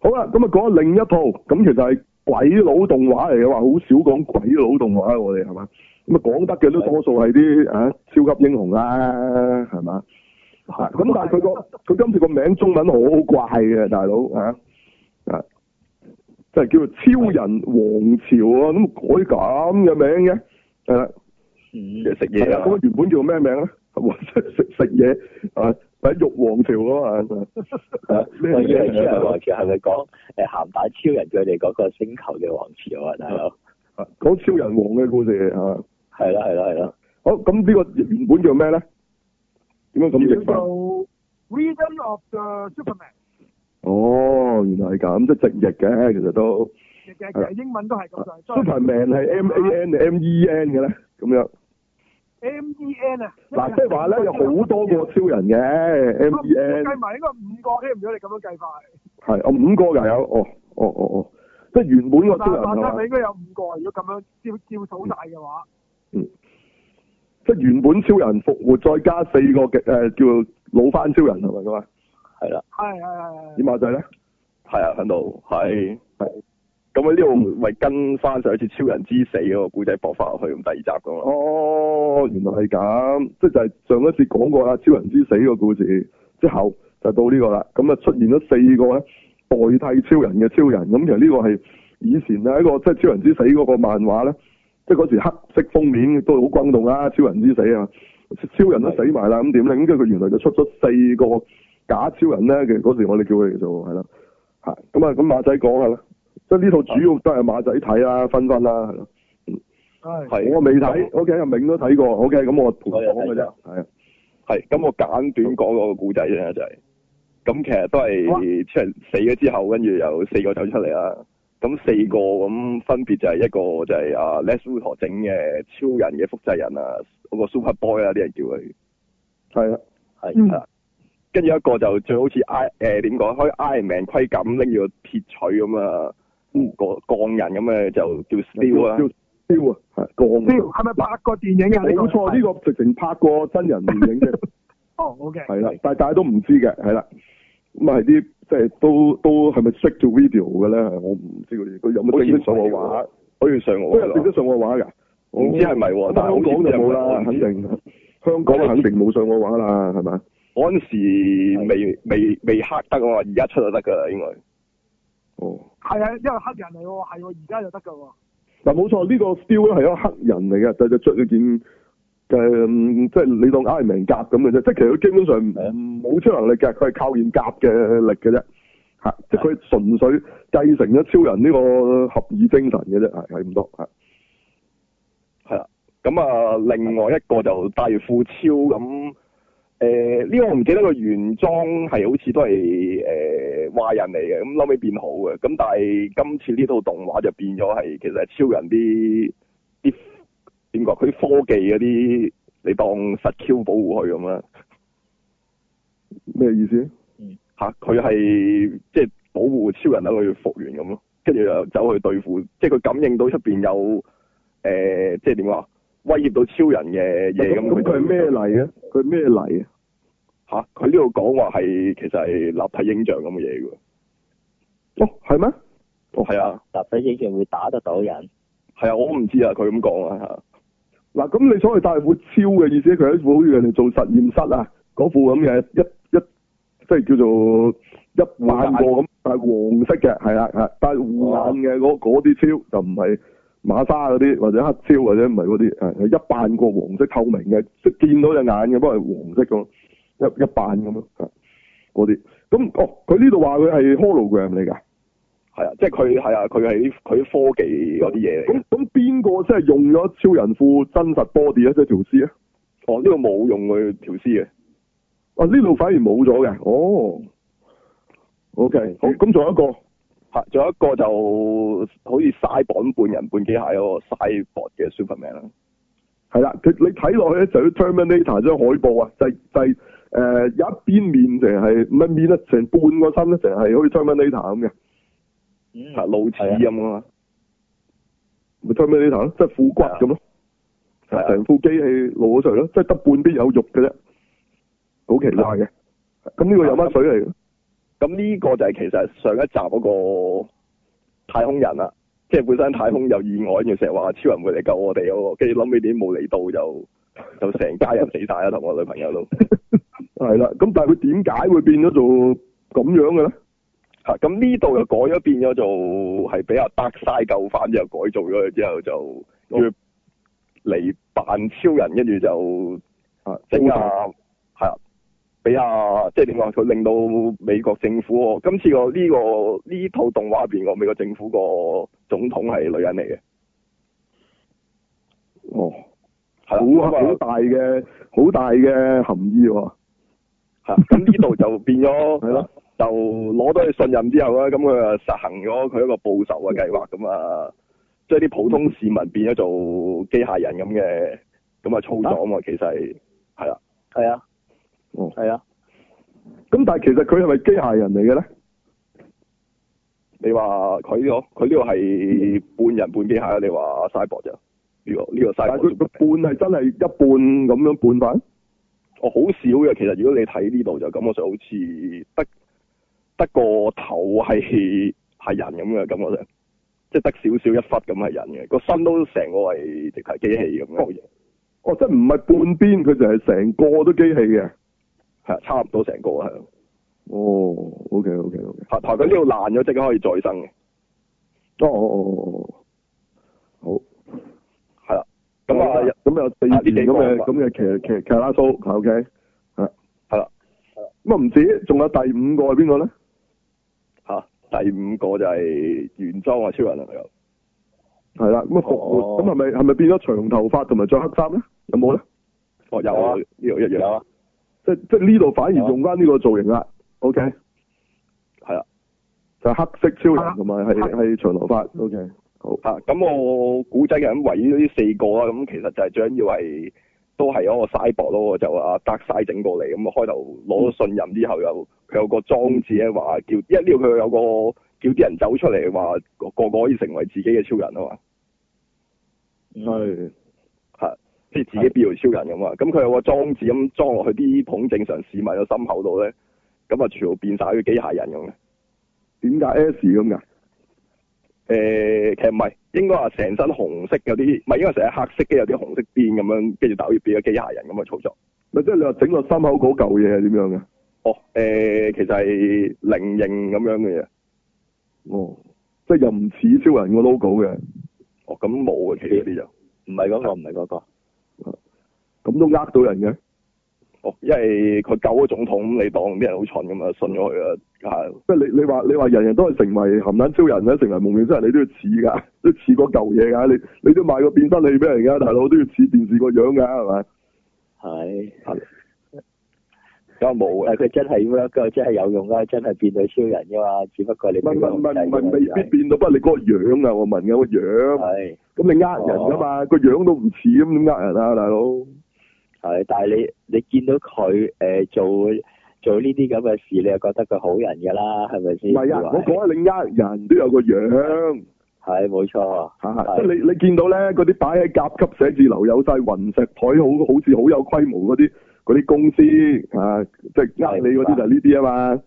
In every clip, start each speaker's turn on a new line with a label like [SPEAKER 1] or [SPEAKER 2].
[SPEAKER 1] 好啦，咁啊講下另一套，咁其實係鬼佬動畫嚟嘅話，好少講鬼佬動畫我哋係嘛？咁啊講得嘅都多數係啲啊超級英雄啦，係嘛？啊咁但係佢個佢今次個名中文好怪嘅，大佬啊啊，即係叫做超人王朝啊，咁改咁嘅名嘅，係啦。
[SPEAKER 2] 嗯
[SPEAKER 3] 食
[SPEAKER 1] 係
[SPEAKER 3] 嘢
[SPEAKER 1] 啊，咁
[SPEAKER 3] 啊，
[SPEAKER 1] 原本叫咩名咧？ 食食食嘢啊，咪玉皇朝啊嘛。 啊
[SPEAKER 3] 我以為超
[SPEAKER 1] 咩
[SPEAKER 3] 人
[SPEAKER 1] 名
[SPEAKER 3] 王朝係咪講誒鹹蛋超人佢哋嗰個星球嘅王朝啊，大佬？
[SPEAKER 1] 啊講超人王嘅故事啊。
[SPEAKER 3] 係啦係啦係啦，
[SPEAKER 1] 好，咁呢個原本叫咩咧？點樣咁譯法
[SPEAKER 4] 叫？做 Reason of the Superman，
[SPEAKER 1] 哦，原來係咁，即係直譯嘅，其實都。
[SPEAKER 4] 其實其實英文都係咁就係
[SPEAKER 1] Superman 係 M A N M E N 嘅咧，咁樣
[SPEAKER 4] M E N 啊。
[SPEAKER 1] 嗱，即係話咧有好多個超人嘅 M E N
[SPEAKER 4] 計埋應該五個添，如果你咁樣計法，
[SPEAKER 1] 係，哦五個㗎有，哦哦哦哦，即係原本個
[SPEAKER 4] 但
[SPEAKER 1] 超人
[SPEAKER 4] 但
[SPEAKER 1] 係
[SPEAKER 4] 真
[SPEAKER 1] 嘛
[SPEAKER 4] 係？應該有五個，如果咁樣照照數晒嘅話，
[SPEAKER 1] 嗯即係原本超人復活，再加四個嘅誒、呃叫做老翻超人係咪咁啊？
[SPEAKER 3] 係啦，
[SPEAKER 4] 係係
[SPEAKER 1] 點
[SPEAKER 4] 係。
[SPEAKER 1] 啊仔咧？
[SPEAKER 2] 係啊，喺度係
[SPEAKER 3] 嗯
[SPEAKER 1] 係
[SPEAKER 2] 咁啊喺呢度咪跟翻上一次超人之死嗰個古仔駁翻落去咁第二集咁咯。
[SPEAKER 1] 哦，原來係咁，即係就係上一次講過啦，超人之死個故事之後就到呢個啦，咁啊出現咗四個咧代替超人嘅超人，咁其實呢個係以前咧一個即係超人之死嗰個漫畫咧，即係嗰時黑色封面都好轟動啦，超人之死啊，超人都死埋啦，咁點咧？咁跟住佢原來就出咗四個假超人咧，其實嗰時我哋叫佢哋做係啦，嚇咁啊咁馬仔講下啦，即係呢套主要都係馬仔睇啦，分分啦係咯。
[SPEAKER 3] 嗯
[SPEAKER 4] 係
[SPEAKER 2] 係
[SPEAKER 1] 我未睇，OK，阿明都睇過，OK，咁我同
[SPEAKER 3] 我
[SPEAKER 1] 佢
[SPEAKER 3] 有
[SPEAKER 1] 講嘅
[SPEAKER 3] 睇
[SPEAKER 1] 啫，係啊，
[SPEAKER 2] 係咁，我簡短講嗰個古仔啫，就係、咁，其實都
[SPEAKER 4] 好啊
[SPEAKER 2] 係超人死咗之後，跟住有四個走出嚟啦。咁四個咁分別就係一個就係啊 Les Luthor 整嘅超人嘅複製人啊，嗰個 Super Boy 啦，啲人叫佢。
[SPEAKER 1] 係啊啦，
[SPEAKER 3] 係
[SPEAKER 4] 嗯
[SPEAKER 3] 啦，
[SPEAKER 2] 跟住一個就最好似 I 誒點講，開 Iron Man 盔咁拎住個鐵錘咁啊，個鋼人咁嘅就叫 Steel 啦
[SPEAKER 1] 叫。雕啊，係鋼
[SPEAKER 4] 呢條係咪拍過電影嘅？
[SPEAKER 1] 冇錯，呢
[SPEAKER 4] 個。
[SPEAKER 1] 個直情拍過真人電影嘅，
[SPEAKER 4] 哦，OK。
[SPEAKER 1] 係啦，但係大家都唔知嘅，係啦，咁啊係啲即係都都係咪 straight to video 嘅咧？我唔知佢佢有
[SPEAKER 2] 好
[SPEAKER 1] 冇
[SPEAKER 2] 似
[SPEAKER 1] 正式上過
[SPEAKER 2] 我
[SPEAKER 1] 畫，，
[SPEAKER 2] 好似上
[SPEAKER 1] 都
[SPEAKER 2] 我
[SPEAKER 1] 有正式上過畫㗎，
[SPEAKER 2] 唔知係咪喎
[SPEAKER 1] 哦
[SPEAKER 2] 但係好
[SPEAKER 1] 香
[SPEAKER 2] 似
[SPEAKER 1] 港就冇
[SPEAKER 2] 我
[SPEAKER 1] 啦，
[SPEAKER 2] 唔
[SPEAKER 1] 肯
[SPEAKER 2] 知
[SPEAKER 1] 定香港肯定冇上過畫啦，係咪？
[SPEAKER 2] 嗰陣時未未未黑得啊嘛，而家出就得㗎啦，應該。
[SPEAKER 1] 哦。
[SPEAKER 4] 係啊，因為黑人嚟喎，係喎，而家就得㗎喎。
[SPEAKER 1] 嗱，冇錯，呢、個 Steel 咧係一個黑人嚟嘅，就就着咗件誒、嗯即係你當 Iron Man 甲咁嘅啫，即係其實佢基本上
[SPEAKER 3] 係啊
[SPEAKER 1] 唔冇超能力嘅，佢係靠件甲嘅力嘅啫，嚇，即係啊佢純粹繼承咗超人呢個合意精神嘅啫，係係咁多嚇。
[SPEAKER 2] 係啦，咁啊，另外一個就戴住副超咁，誒、呢、個我唔記得個原裝係好似都係誒壞人嚟嘅，咁後尾變好嘅，咁但係今次呢套動畫就變咗係其實係超人啲啲點講，佢啲科技嗰啲你當實 Q 保護佢咁啦，
[SPEAKER 1] 咩意思？
[SPEAKER 2] 嚇佢係即係保護超人等佢復原咁咯，跟住又走去對付，即係佢感應到出邊有誒、呃即係點講啊，威脅到超人嘅嘢咁。
[SPEAKER 1] 咁佢係咩嚟啊？佢係咩嚟啊？
[SPEAKER 2] 吓，佢呢度講話係其實係立體影像咁嘅嘢嘅
[SPEAKER 1] 哦，係咩？哦
[SPEAKER 2] 喎，係啊，
[SPEAKER 3] 立體影像會打得到人，
[SPEAKER 2] 係啊，我唔知啊，佢咁講啊吓，
[SPEAKER 1] 嗱，咁你所謂戴副超嘅意思，佢係一副好似人哋做實驗室啊嗰副咁嘅一一即係叫做一萬個咁，但係黃色嘅，係啦係，但係護眼嘅嗰嗰啲超就唔係馬莎嗰啲或者黑超或者唔係嗰啲，係係一扮個黃色透明嘅，即係見到隻眼嘅，不過係黃色咁，一一扮咁咯，係嗰啲。咁哦，佢呢度話佢係 hologram 嚟㗎，
[SPEAKER 2] 係啊，即係佢係啊，佢係佢啲科技嗰啲嘢嚟嘅
[SPEAKER 1] 咁。咁邊個即係用咗超人褲真實 body 啊，即係條屍啊？
[SPEAKER 2] 哦，呢度冇用佢條絲嘅，
[SPEAKER 1] 啊，呢度反而冇咗嘅。哦，OK，好，咁仲有一個
[SPEAKER 2] 吓，仲有一個就好似曬磅半人半機械嗰個曬磅嘅 Superman 啊啦，
[SPEAKER 1] 係啦，佢你睇落去咧就啲 Terminator 張海報啊，就係就係誒有一邊面成係唔係面咧，成半個身咧成係好似 Terminator 咁嘅，
[SPEAKER 3] 嗯，
[SPEAKER 2] 吓露齒咁啊嘛，
[SPEAKER 1] 咪 Terminator 咯，即係副骨咁咯，
[SPEAKER 2] 啊係啊
[SPEAKER 1] 成副機器露咗出嚟咯，即係得半邊有肉嘅啫，好奇怪嘅。咁呢個有乜水嚟嘅？
[SPEAKER 2] 咁呢個就係其實上一集嗰個太空人啦，啊即係本身太空有意外，跟住成日話超人會嚟救我哋嗰個，跟住諗起點冇嚟到就 就成家人死晒啦，同我女朋友都
[SPEAKER 1] 係啦，咁但係佢點解會變咗做咁樣嘅咧？
[SPEAKER 2] 嚇。咁呢度又改咗變咗做係比較 dark side 救翻，之後改造咗佢之後就要嚟扮超人，跟住就
[SPEAKER 1] 啊，
[SPEAKER 2] 整啊，係啊，俾啊，即係點講？佢令到美國政府喎，今次個呢、個呢套動畫入邊個美國政府個總統係女人嚟嘅，
[SPEAKER 1] 哦，
[SPEAKER 2] 係
[SPEAKER 1] 好啊
[SPEAKER 2] 啦，咁
[SPEAKER 1] 好
[SPEAKER 2] 啊，
[SPEAKER 1] 大嘅好大嘅含義喎，
[SPEAKER 2] 係啊咁呢度就 變咗
[SPEAKER 1] 係咯，
[SPEAKER 2] 就攞到佢信任之後咧，咁佢啊實行咗佢一個報仇嘅計劃，咁啊，將啲普通市民變咗做機械人咁嘅，咁啊操作啊嘛，其實係係啦，
[SPEAKER 3] 係啊，
[SPEAKER 1] 哦，
[SPEAKER 3] 係啊，
[SPEAKER 1] 咁但係其實佢係咪機械人嚟嘅咧？
[SPEAKER 2] 你話佢呢個佢呢個係半人半機械啊？你話 cyborg 就呢個呢個
[SPEAKER 1] 但
[SPEAKER 2] cyborg
[SPEAKER 1] 係佢佢
[SPEAKER 2] Superman
[SPEAKER 1] 半係真係一半咁樣半翻，
[SPEAKER 2] 我哦好少嘅，其實如果你睇呢度就感覺上好似得得個頭係 係人咁嘅感覺上，即係得少少一忽咁係人嘅，個身都成個係直頭機器咁嘅，好似
[SPEAKER 1] 哦，即係唔係半邊，佢就係成個都機器嘅。
[SPEAKER 2] 係啊差唔多成個係啊。
[SPEAKER 1] 哦，OK OK OK，
[SPEAKER 2] 台台佢呢度爛咗，即刻可以再生嘅，
[SPEAKER 1] 哦哦哦哦，
[SPEAKER 2] 係啦。
[SPEAKER 1] 好。
[SPEAKER 2] 咁啊，
[SPEAKER 1] 咁有四
[SPEAKER 2] 啊呢幾
[SPEAKER 1] 件
[SPEAKER 2] 個
[SPEAKER 1] 咁嘅
[SPEAKER 2] 啊
[SPEAKER 1] 咁嘅騎騎騎拉蘇，OK，係
[SPEAKER 2] 係啦，
[SPEAKER 1] 咁啊唔止，仲有第五個係邊個咧？
[SPEAKER 2] 嚇第五個就係原裝啊超人啊，又
[SPEAKER 1] 係啦，咁啊復活，
[SPEAKER 3] 哦
[SPEAKER 1] 咁係咪係咪變咗長頭髮同埋着黑衫咧？有冇咧？
[SPEAKER 2] 哦有
[SPEAKER 3] 有
[SPEAKER 2] 啊
[SPEAKER 3] 啊，
[SPEAKER 2] 呢度一樣
[SPEAKER 3] 有啊，
[SPEAKER 1] 即即呢度反而
[SPEAKER 3] 有
[SPEAKER 1] 用翻呢個造型啦，OK，
[SPEAKER 2] 係啦。
[SPEAKER 1] 就係黑色超人
[SPEAKER 4] 係啦
[SPEAKER 1] 同埋係
[SPEAKER 4] 係
[SPEAKER 1] 係長頭髮，OK，好，
[SPEAKER 2] 嚇啊咁我估仔嘅咁圍繞呢四個啦，咁其實就係最緊要係都係嗰個 cyborg 咯，就話得晒整過嚟，咁啊開頭攞咗信任之後又佢有個裝置咧話叫，一呢個佢有個叫啲人走出嚟話個個個可以成為自己嘅超人啊嘛，
[SPEAKER 3] 嗯，
[SPEAKER 1] 係
[SPEAKER 2] 嚇即係自己變做超人咁啊，咁佢有個裝置咁裝落去啲捧正常市民嘅心口度咧，咁啊全部變晒啲機械人咁嘅。
[SPEAKER 1] 點解 S 咁㗎？
[SPEAKER 2] 誒、呃其實唔係，應該話成身紅色有啲，唔係應該成日黑色嘅有啲紅色邊咁樣，跟住打好似變咗機械人咁嘅操作。
[SPEAKER 1] 咪即係你話整個心口嗰嚿嘢係點樣嘅？
[SPEAKER 2] 哦，誒、其實係菱形咁樣嘅嘢。
[SPEAKER 1] 哦，即係又唔似超人個 logo 嘅，
[SPEAKER 2] 哦，咁冇嘅，其實呢啲就，
[SPEAKER 3] 唔係嗰個，唔係嗰個，
[SPEAKER 1] 咁都呃到人嘅。
[SPEAKER 2] 哦，因為佢救咗總統，咁你當啲人好蠢咁啊，信咗佢啊，係
[SPEAKER 1] 即係你你話你話人人都係成為鹹蛋超人咧，成為蒙面超人，你都要似㗎， 都似嗰嚿嘢㗎。你你都買個變身器俾人㗎，大佬都要似電視個樣㗎，係咪？
[SPEAKER 3] 係，
[SPEAKER 1] 啊
[SPEAKER 2] 咁啊冇
[SPEAKER 3] 但
[SPEAKER 2] 嘅，
[SPEAKER 3] 係佢真係 work 㗎真係有用㗎，真係變到超人㗎嘛，只不過你
[SPEAKER 1] 唔係
[SPEAKER 3] 俾
[SPEAKER 1] 唔
[SPEAKER 3] 個
[SPEAKER 1] 係唔係唔係
[SPEAKER 3] 控制㗎
[SPEAKER 1] 未必變到，不過你嗰個樣啊，我問嘅個樣，
[SPEAKER 3] 係
[SPEAKER 1] 咁你呃人㗎嘛？個樣都唔似咁，點呃人啊，大佬？
[SPEAKER 3] 係，但係你你見到佢誒做做呢啲咁嘅事，你又覺得佢好人㗎啦，係咪
[SPEAKER 1] 唔
[SPEAKER 3] 先？
[SPEAKER 1] 係啊，我講緊你呃人都有個樣。
[SPEAKER 3] 係冇錯，
[SPEAKER 1] 嚇！
[SPEAKER 3] 係
[SPEAKER 1] 啊即係你你見到咧嗰啲擺喺甲級寫字樓有晒雲石台，好好似好有規模嗰啲嗰啲公司啊，即係呃你嗰啲就係呢啲啊嘛。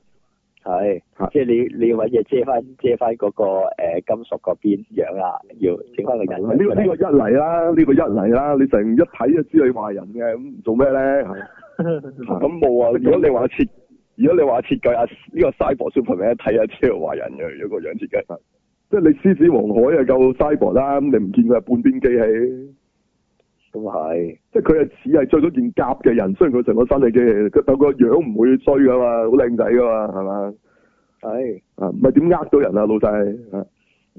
[SPEAKER 3] 係
[SPEAKER 1] 係，
[SPEAKER 3] 即係你你要揾嘢遮翻遮翻嗰個誒金屬嗰邊樣啦，要整翻個人
[SPEAKER 1] 呢個呢個一嚟啦，呢個一嚟啦，你成一睇就知你壞人嘅，咁做咩咧？係咁
[SPEAKER 2] 咁冇啊。如果你話設，如果你話設計啊，呢個 Cyborg Superman 一睇啊，知道壞人嘅，如果個樣設計。
[SPEAKER 1] 即係你獅子王海啊夠 cyber 啦，咁你唔見佢係半邊機器，
[SPEAKER 3] 咁係
[SPEAKER 1] 即係佢係似係着咗件甲嘅人，雖然佢成個身係機器，佢但個樣唔會衰噶嘛，好靚仔噶嘛，係嘛？
[SPEAKER 3] 係，
[SPEAKER 1] 啊，唔係點呃到人啊，老細啊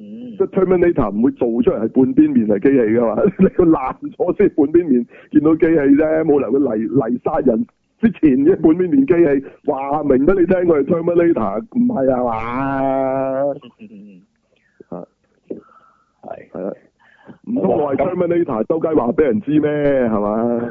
[SPEAKER 3] 嗯
[SPEAKER 1] 即係 Terminator 唔會做出嚟係半邊面係機器噶嘛， 你佢爛咗先半邊面見到機器啫，冇理由佢嚟嚟殺人之前嘅半邊面機器，話明得你聽佢係 Terminator，唔係啊嘛，
[SPEAKER 3] 嗯啊係
[SPEAKER 1] 係啊，唔通我係 Terminator 周街話俾人知咩係 嘛？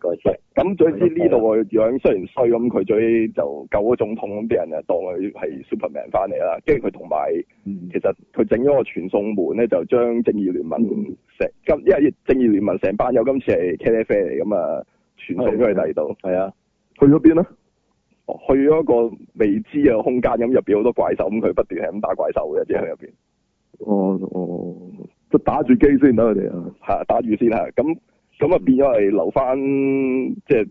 [SPEAKER 3] 嗰只
[SPEAKER 2] 咁總之呢度個樣雖然衰咁，佢最就救咗總統咁，啲人啊當佢係 Superman 翻嚟啦。跟住佢同埋其實佢整咗個傳送門咧，就將正義聯盟成今，因為正義聯盟成班友今次係茄喱啡嚟咁啊，傳送咗去第二度。哦
[SPEAKER 3] 係啊，
[SPEAKER 1] 去咗邊啊？
[SPEAKER 2] 去咗一個未知嘅空間，咁入邊好多怪獸，咁佢不斷係咁打怪獸嘅，即係入邊
[SPEAKER 1] 哦哦，即係打住機先啦，佢哋啊，
[SPEAKER 2] 嚇打住先嚇，咁咁啊變咗係留翻即係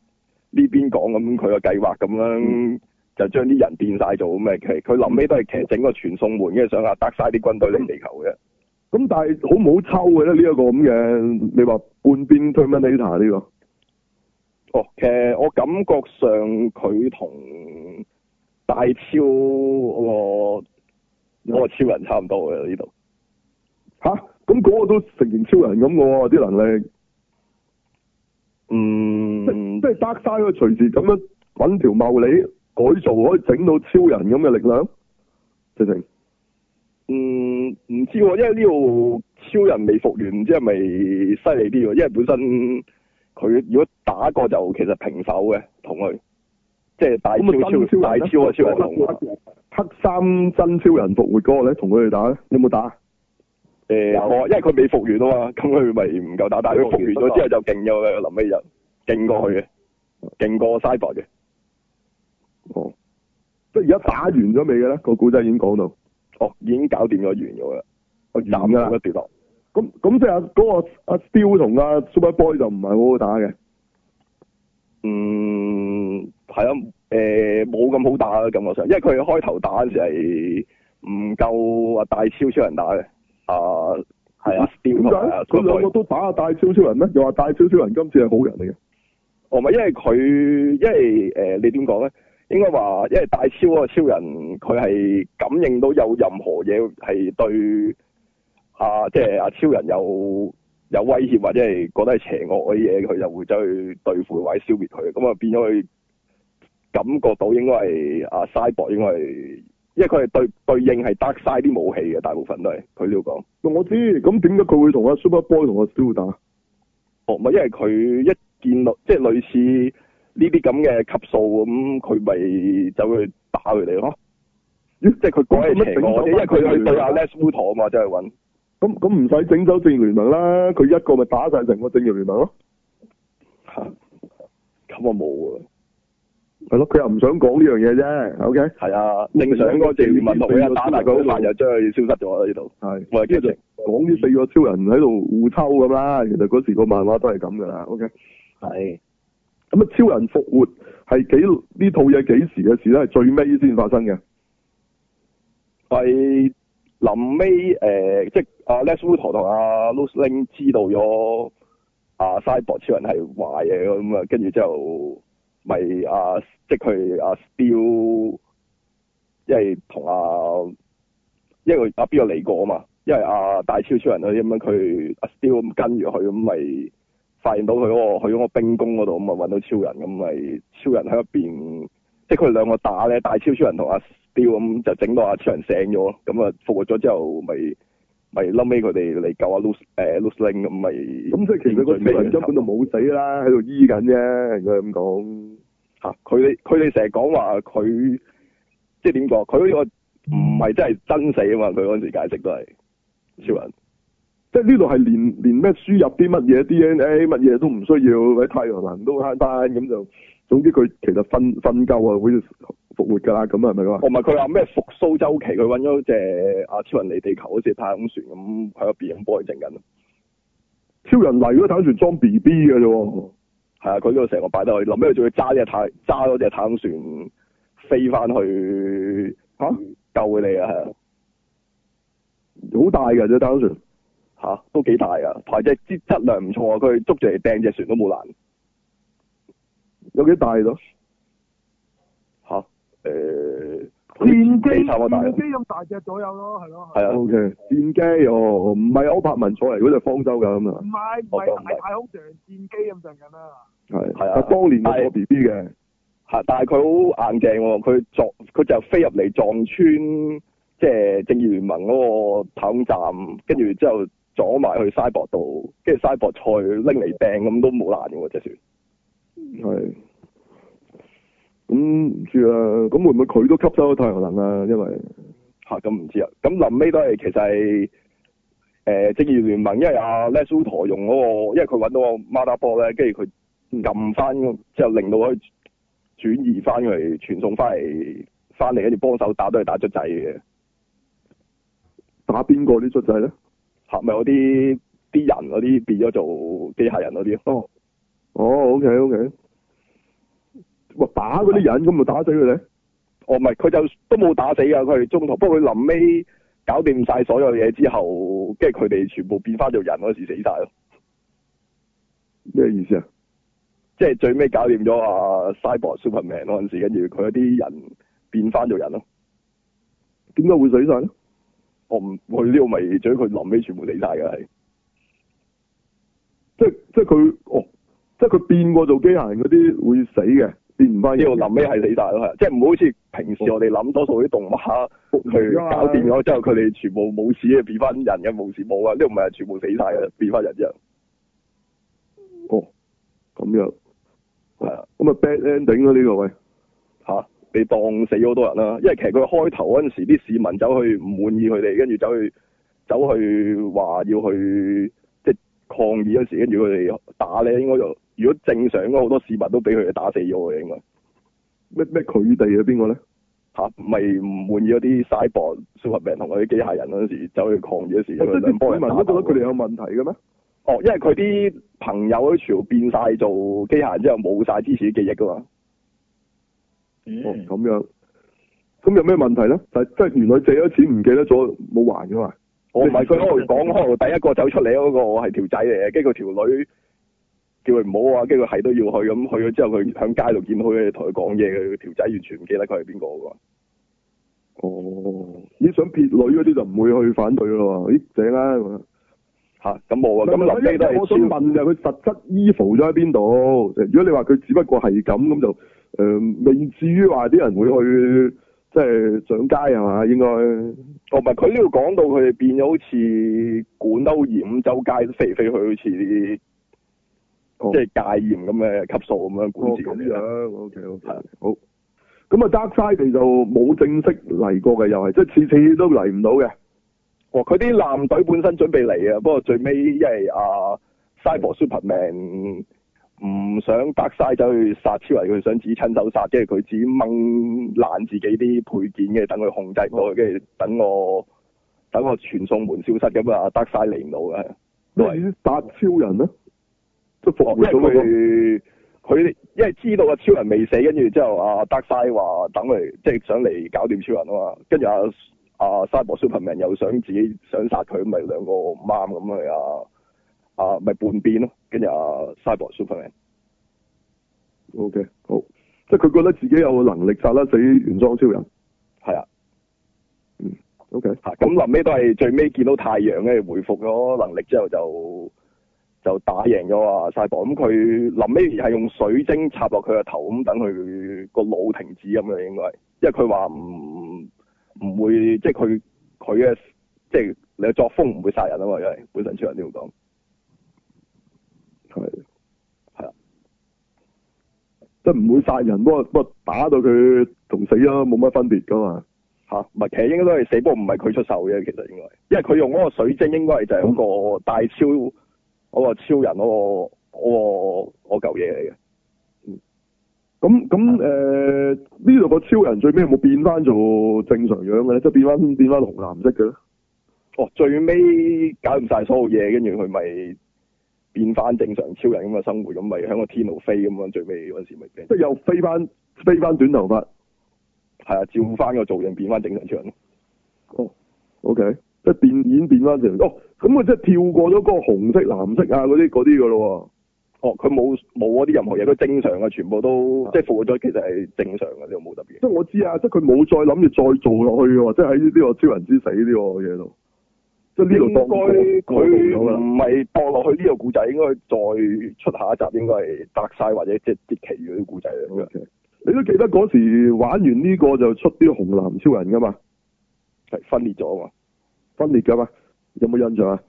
[SPEAKER 2] 呢邊講咁佢個計劃咁樣，就將啲人變晒做咁嘅，佢佢臨尾都係其實整個傳送門，跟住想壓得晒啲軍隊嚟地球嘅。
[SPEAKER 1] 咁但係好唔好抽嘅咧？呢、一個咁嘅，你話半邊 Terminator 呢、
[SPEAKER 2] 哦，其實我感覺上佢同大超嗰、個嗰個超人差唔多嘅呢度。
[SPEAKER 1] 個吓？咁嗰個都成型超人咁嘅喎，啲能力，
[SPEAKER 2] 嗯
[SPEAKER 1] 即，係得晒佢隨時咁樣揾條茂利改造，可以整到超人咁嘅力量，直情。
[SPEAKER 2] 嗯，唔知喎，因為呢度超人未復原，唔知係咪犀利啲喎？因為本身佢如果打過就其實平手嘅，同佢即係大超
[SPEAKER 1] 咁啊，
[SPEAKER 2] 超
[SPEAKER 1] 真
[SPEAKER 2] 大超啊超人同啊
[SPEAKER 1] 黑衫真超人復活嗰個咧，同佢哋打咧，你有冇打？
[SPEAKER 2] 誒，我因為佢未復原啊嘛，咁佢咪唔夠打，
[SPEAKER 1] 哦
[SPEAKER 2] 但係佢復原咗之後就勁咗嘅，臨尾就勁過佢嘅，勁過 Cyborg 嘅。
[SPEAKER 1] 哦，即係而家打完咗未嘅咧？個古仔已經講到，
[SPEAKER 2] 哦，已經搞掂咗完咗啦，我斬
[SPEAKER 1] 完㗎
[SPEAKER 2] 咗
[SPEAKER 1] 啦
[SPEAKER 2] 一段落。
[SPEAKER 1] 咁咁即係阿嗰個阿 Steel 同阿 Super Boy 就唔係好好打嘅。
[SPEAKER 2] 嗯，係啊，誒冇咁好打啦，感覺上，因為佢開頭打嗰時係唔夠啊大超超人打嘅，啊係啊
[SPEAKER 1] 點
[SPEAKER 2] ，Steel
[SPEAKER 1] 解
[SPEAKER 2] 同啊
[SPEAKER 1] 佢兩個
[SPEAKER 2] Superboy
[SPEAKER 1] 都打阿大超超人咩？又話大超超人今次係好人嚟嘅。
[SPEAKER 2] 哦，唔係因為佢，因為誒、呃你點講咧？應該話，因為大超嗰個超人，佢係感應到有任何嘢係對啊，即係啊超人有有威脅或者係覺得係邪惡嗰啲嘢，佢就會走去對付或者消滅佢。咁啊變咗佢感覺到應該係啊 Cyborg 應該係，因為佢係對對應係 Dark Side 啲武器嘅，大部分都係佢呢度講。
[SPEAKER 1] 我知，咁點解佢會同阿 Super Boy 同阿 Steel 打？
[SPEAKER 2] 哦，唔係，因為佢一見到即係類似呢啲咁嘅級數咁，佢咪走去打佢哋咯。
[SPEAKER 1] 咦
[SPEAKER 2] 即係佢嗰係邪惡啫，因為佢去對阿 Les w u t o 啊嘛，真係揾。
[SPEAKER 1] 咁咁唔使整走正義聯盟啦，佢一個咪打晒成個正義聯盟咯。
[SPEAKER 2] 嚇咁我冇啊，
[SPEAKER 1] 係咯，佢又唔想講呢樣嘢啫。OK，
[SPEAKER 2] 係啊，正常嗰個正義文同佢一啊打，但係佢好快就將佢消失咗啦呢度。
[SPEAKER 1] 係。
[SPEAKER 2] 我係
[SPEAKER 1] 即
[SPEAKER 2] 劇
[SPEAKER 1] 係
[SPEAKER 2] 情，
[SPEAKER 1] 講呢四個超人喺度互抽咁啦，其實嗰時個漫畫都係咁噶啦。OK，
[SPEAKER 3] 係
[SPEAKER 1] 咁啊超人復活係幾呢套嘢幾時嘅事咧？係最尾先發生嘅。
[SPEAKER 2] 係臨尾誒，即係阿 Les w u t o 同阿 l u c i Ling 知道咗阿 Cyborg 超人係壞嘅咁啊，跟住之後咪阿即係啊佢阿 Steel，因為同阿因為阿邊個嚟過啊嘛，因為阿大超超人啊嗰啲咁樣，佢阿 Steel 咁跟住佢咁咪發現到佢嗰、個去嗰個冰宮嗰度咁啊揾到超人咁咪超人喺入邊，即係佢哋兩個打咧，大超超人同阿 Steel 咁就整到阿超人醒咗咯，咁啊復活咗之後咪咪冧尾佢哋嚟救阿 Luc 誒 Luc Ling 咁咪
[SPEAKER 1] 咁即係其實個超人根本就冇死啦，喺度醫緊啫。應該咁講。
[SPEAKER 2] 嚇啊佢哋佢哋成日講話佢即係點講，佢呢個唔係真係真死啊嘛，佢嗰陣時解釋都係超人。
[SPEAKER 1] 即係呢度係連連咩輸入啲乜嘢 DNA 乜嘢都唔需要，喺太陽能都慳翻咁就。總之佢其實瞓瞓夠啊，會復活㗎啦。咁係咪咁啊？
[SPEAKER 2] 同埋佢話咩復甦周期，佢揾咗隻阿超人嚟地球好似太空船咁喺入邊咁幫佢整緊。
[SPEAKER 1] 超人嚟嗰坦船裝 B B 嘅啫喎。
[SPEAKER 2] 係啊，佢呢度成個擺得去，臨尾佢仲要揸只太揸咗隻太空船飛翻去
[SPEAKER 1] 嚇
[SPEAKER 2] 救佢哋啊！係啊嗯
[SPEAKER 1] 好大嘅啫，太空船。
[SPEAKER 2] 嚇都幾大啊，排隻質質量唔錯啊，佢捉住嚟掟隻船都冇難
[SPEAKER 1] 有幾大咗？
[SPEAKER 2] 嚇誒。
[SPEAKER 4] 電機
[SPEAKER 2] 幾差唔多大啊
[SPEAKER 4] 電機咁大隻左右咯，係咯。
[SPEAKER 2] 係啊，
[SPEAKER 1] O K，戰機哦，唔係歐柏文坐嚟嗰隻方舟㗎咁啊
[SPEAKER 4] 唔，係唔
[SPEAKER 2] 我覺得唔
[SPEAKER 4] 係
[SPEAKER 2] 係
[SPEAKER 4] 大太空船戰機咁上緊啦。
[SPEAKER 1] 係
[SPEAKER 2] 係啊
[SPEAKER 1] 但當年我
[SPEAKER 2] 但
[SPEAKER 1] 坐
[SPEAKER 2] 係
[SPEAKER 1] B B 嘅，
[SPEAKER 2] 嚇！但係佢好硬正喎，佢撞佢就飛入嚟撞穿即係正義聯盟嗰個太空站，跟住之後阻埋去西博度，跟住西博菜拎嚟掟咁都冇爛嘅喎隻船。
[SPEAKER 1] 係。咁唔知啦，咁會唔會佢都吸收咗太陽能啊？因為
[SPEAKER 2] 嚇！咁唔知啊，咁臨尾都係其實係誒、呃正義聯盟，因為阿 Les u t o 用嗰、個，因為佢揾到個 Mother b o 咧，跟住佢撳翻之後令到佢轉移翻佢嚟傳送翻嚟翻嚟，跟住幫手打都係打卒仔嘅，
[SPEAKER 1] 打邊個啲出仔咧？
[SPEAKER 2] 嚇咪嗰啲啲人嗰啲變咗做機械人嗰啲，
[SPEAKER 1] 哦，哦，OK OK，哇打嗰啲人咁咪打死佢咧？
[SPEAKER 2] 哦唔係佢就都冇打死㗎，佢中途不過佢臨尾搞掂晒所有嘢之後，跟住佢哋全部變翻做人嗰時死晒咯，
[SPEAKER 1] 咩意思啊？
[SPEAKER 2] 即係最尾搞掂咗啊 Cyborg Superman 嗰陣時，跟住佢嗰啲人變翻做人咯。
[SPEAKER 1] 點解會死晒咧？
[SPEAKER 2] 我唔佢呢度咪最佢臨尾全部死晒㗎係。
[SPEAKER 1] 即即佢哦，即佢變過做機械人嗰啲會死嘅，變唔翻
[SPEAKER 2] 呢
[SPEAKER 1] 嘢。
[SPEAKER 2] 度臨尾係死晒咯，係啊即係唔好好似平時我哋諗多數啲動畫，佢搞掂咗之後，佢哋全部冇事嘅變翻人嘅冇事冇啊，呢度唔係全部死晒嘅變翻人之後，
[SPEAKER 1] 哦，咁樣
[SPEAKER 2] 係啊
[SPEAKER 1] 咁啊 bad ending 咯呢個位。
[SPEAKER 2] 嚇你當死好多人啦，因為其實佢開頭嗰陣時啲市民走去唔滿意佢哋，跟住走去走去話要去即係抗議嗰時，跟住佢哋打咧，應該就如果正常應該好多市民都俾佢哋打死咗嘅應該。
[SPEAKER 1] 咩咩佢哋啊邊個咧？
[SPEAKER 2] 吓，咪唔滿意嗰啲 cyber superman 同嗰啲機械人嗰陣時，走去抗議嗰時，
[SPEAKER 1] 哦即係
[SPEAKER 2] 兩
[SPEAKER 1] 啲
[SPEAKER 2] 幫
[SPEAKER 1] 市
[SPEAKER 2] 人
[SPEAKER 1] 民都覺
[SPEAKER 2] 打
[SPEAKER 1] 得
[SPEAKER 2] 鬥啊
[SPEAKER 1] 佢哋有問題嘅咩？
[SPEAKER 2] 哦，因為佢啲朋友嗰啲全部變晒做機械人之後，冇晒之前嘅記憶噶嘛。嗯
[SPEAKER 1] 哦，
[SPEAKER 3] 嗯
[SPEAKER 1] 咁樣。咁有咩問題咧？就係即係原來借咗錢唔記得咗冇還嘅嘛。
[SPEAKER 2] 我唔係佢開頭講，開頭第一個走出嚟嗰個，我係條仔嚟嘅，跟住佢條女叫佢唔好啊，跟住佢係都要去咁，去咗之後佢喺街度見到佢，同佢講嘢，佢條仔完全唔記得佢係邊個㗎喎。
[SPEAKER 1] 哦，你想撇女嗰啲就唔會去反對咯喎。咦，正啦咁啊！
[SPEAKER 2] 吓，咁冇啊，咁
[SPEAKER 1] 唔係
[SPEAKER 2] 臨尾都
[SPEAKER 1] 因為我想
[SPEAKER 2] 係超
[SPEAKER 1] 問就係佢實質 evil 咗喺邊度？如果你話佢只不過係咁咁就誒、呃未至於話啲人會去即係上街係嘛？應該
[SPEAKER 2] 哦，唔係佢呢度講到佢哋變咗好似管得好嚴，周街飛嚟飛去，好似啲
[SPEAKER 1] 哦
[SPEAKER 2] 即係戒嚴咁嘅級數咁樣
[SPEAKER 1] 哦
[SPEAKER 2] 管治佢
[SPEAKER 1] 咁
[SPEAKER 2] 哋啦。
[SPEAKER 1] 樣，OK OK，
[SPEAKER 2] 係
[SPEAKER 1] 好。咁啊，Dark Side 就冇正式嚟過嘅，又係即係次次都嚟唔到嘅。
[SPEAKER 2] 哇！哦佢啲艦隊本身準備嚟啊，不過最尾因為啊 Cyber Superman 唔想白晒走去殺超人，佢想自己親手殺，跟住佢自己掹爛自己啲配件嘅，等佢控制唔到，跟住等我等我傳送門消失咁啊，得晒嚟唔到嘅。都係
[SPEAKER 1] 咩達超人咧，即係復
[SPEAKER 2] 哦
[SPEAKER 1] 活咗嗰個。
[SPEAKER 2] 因為佢佢因為知道啊超人未死，跟住之後啊德晒話等佢即係想嚟搞掂超人啊嘛，跟住啊啊沙博 Superman 又想自己想殺佢，咪兩個唔啱咁咪啊啊咪叛變咯，跟住啊沙博 Superman 哦
[SPEAKER 1] O K，好，即係佢覺得自己有能力殺得死原裝超人。嗯
[SPEAKER 2] 係啊
[SPEAKER 1] O K，
[SPEAKER 2] 嚇，啊咁臨尾都係最尾見到太陽咧，回復咗能力之後就。就打贏咗啊！晒博咁佢臨尾係用水晶插落佢個頭，咁等佢個腦停止咁樣應該係，因為佢話唔唔會即係佢佢嘅即係你嘅作風唔會殺人啊嘛，因為本身超人都要講
[SPEAKER 1] 係
[SPEAKER 2] 係啦，
[SPEAKER 1] 即係唔會殺人，不過不過打到佢同死咗冇乜分別噶嘛。
[SPEAKER 2] 嚇，唔係其實應該都係死，不過唔係佢出手嘅，其實應該係，因為佢用嗰個水晶應該係就係嗰個大超嗰、個超人嗰、個嗰、個嗰嚿嘢嚟嘅。
[SPEAKER 1] 咁咁
[SPEAKER 2] 啊
[SPEAKER 1] 誒呢度個超人最尾有冇變翻做正常樣嘅咧？即係變翻變翻紅藍色嘅咧？
[SPEAKER 2] 哦，最尾搞掂晒所有嘢，跟住佢咪變翻正常超人咁嘅生活，咁咪喺個天度飛咁樣，最尾嗰陣時咪變，
[SPEAKER 1] 即係又飛翻飛翻短頭髮。
[SPEAKER 2] 係啊，照翻個造型變翻正常超人咯。
[SPEAKER 1] 哦，OK，即係變演變翻成哦，咁佢即係跳過咗嗰個紅色、藍色啊嗰啲嗰啲噶咯
[SPEAKER 2] 哦，佢冇冇嗰啲任何嘢，佢正常嘅，全部都
[SPEAKER 1] 啊
[SPEAKER 2] 即係復活咗，其實係正常嘅，呢度冇特別
[SPEAKER 1] 喎。即。係我知啊，即係佢冇再諗住再做落去嘅喎，即係喺呢個超人之死呢個嘢度，即係呢度
[SPEAKER 2] 應該
[SPEAKER 1] 當過
[SPEAKER 2] 佢
[SPEAKER 1] 咗㗎啦。
[SPEAKER 2] 唔係當落去呢個故仔，應該再出下一集應該係特晒或者即係啲其餘嗰啲故仔嚟嘅。
[SPEAKER 1] OK，你都記得嗰時玩完呢個就出啲紅藍超人噶嘛，
[SPEAKER 2] 係分裂咗啊嘛，
[SPEAKER 1] 分裂噶嘛，有冇印象啊？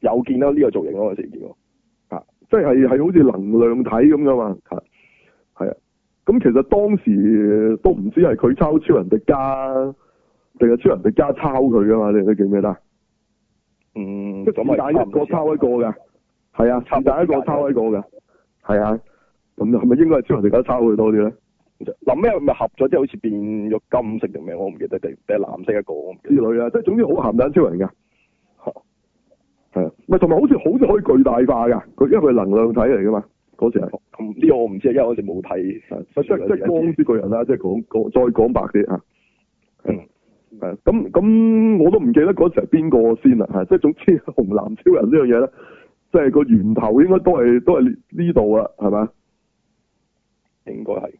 [SPEAKER 2] 有見到呢個造型嗰陣時見過。
[SPEAKER 1] 啊，即係係好似能量體咁噶嘛，係係啊。咁其實當時都唔知係佢抄超人迪迦，定係超人迪迦抄佢噶嘛？你你記唔記得啊？
[SPEAKER 2] 嗯，
[SPEAKER 1] 即係
[SPEAKER 2] 咁
[SPEAKER 1] 是但一個抄一個嘅，係啊，
[SPEAKER 2] 差唔
[SPEAKER 1] 是
[SPEAKER 2] 多
[SPEAKER 1] 但一個抄一個嘅，係啊。咁係咪應該係超人迪迦抄佢多啲咧？
[SPEAKER 2] 臨尾咪合咗之後好似變咗金色定咩？我唔記得定定係藍色一個，我唔記
[SPEAKER 1] 之
[SPEAKER 2] 得。
[SPEAKER 1] 類啊，即係總之好鹹蛋超人㗎。係啊，咪同埋好似好似可以巨大化㗎，佢因為佢係能量體嚟㗎嘛，嗰時係。
[SPEAKER 2] 咁呢個我唔知，因為我哋冇睇。
[SPEAKER 1] 即即即光之巨人啦，即係講講再講白啲啊。
[SPEAKER 2] 嗯
[SPEAKER 1] 係啊咁咁我都唔記得嗰時係邊個先啦，係即係總之 紅藍超人呢樣嘢咧，即係個源頭應該都係都係呢度啊，係咪？
[SPEAKER 2] 應該係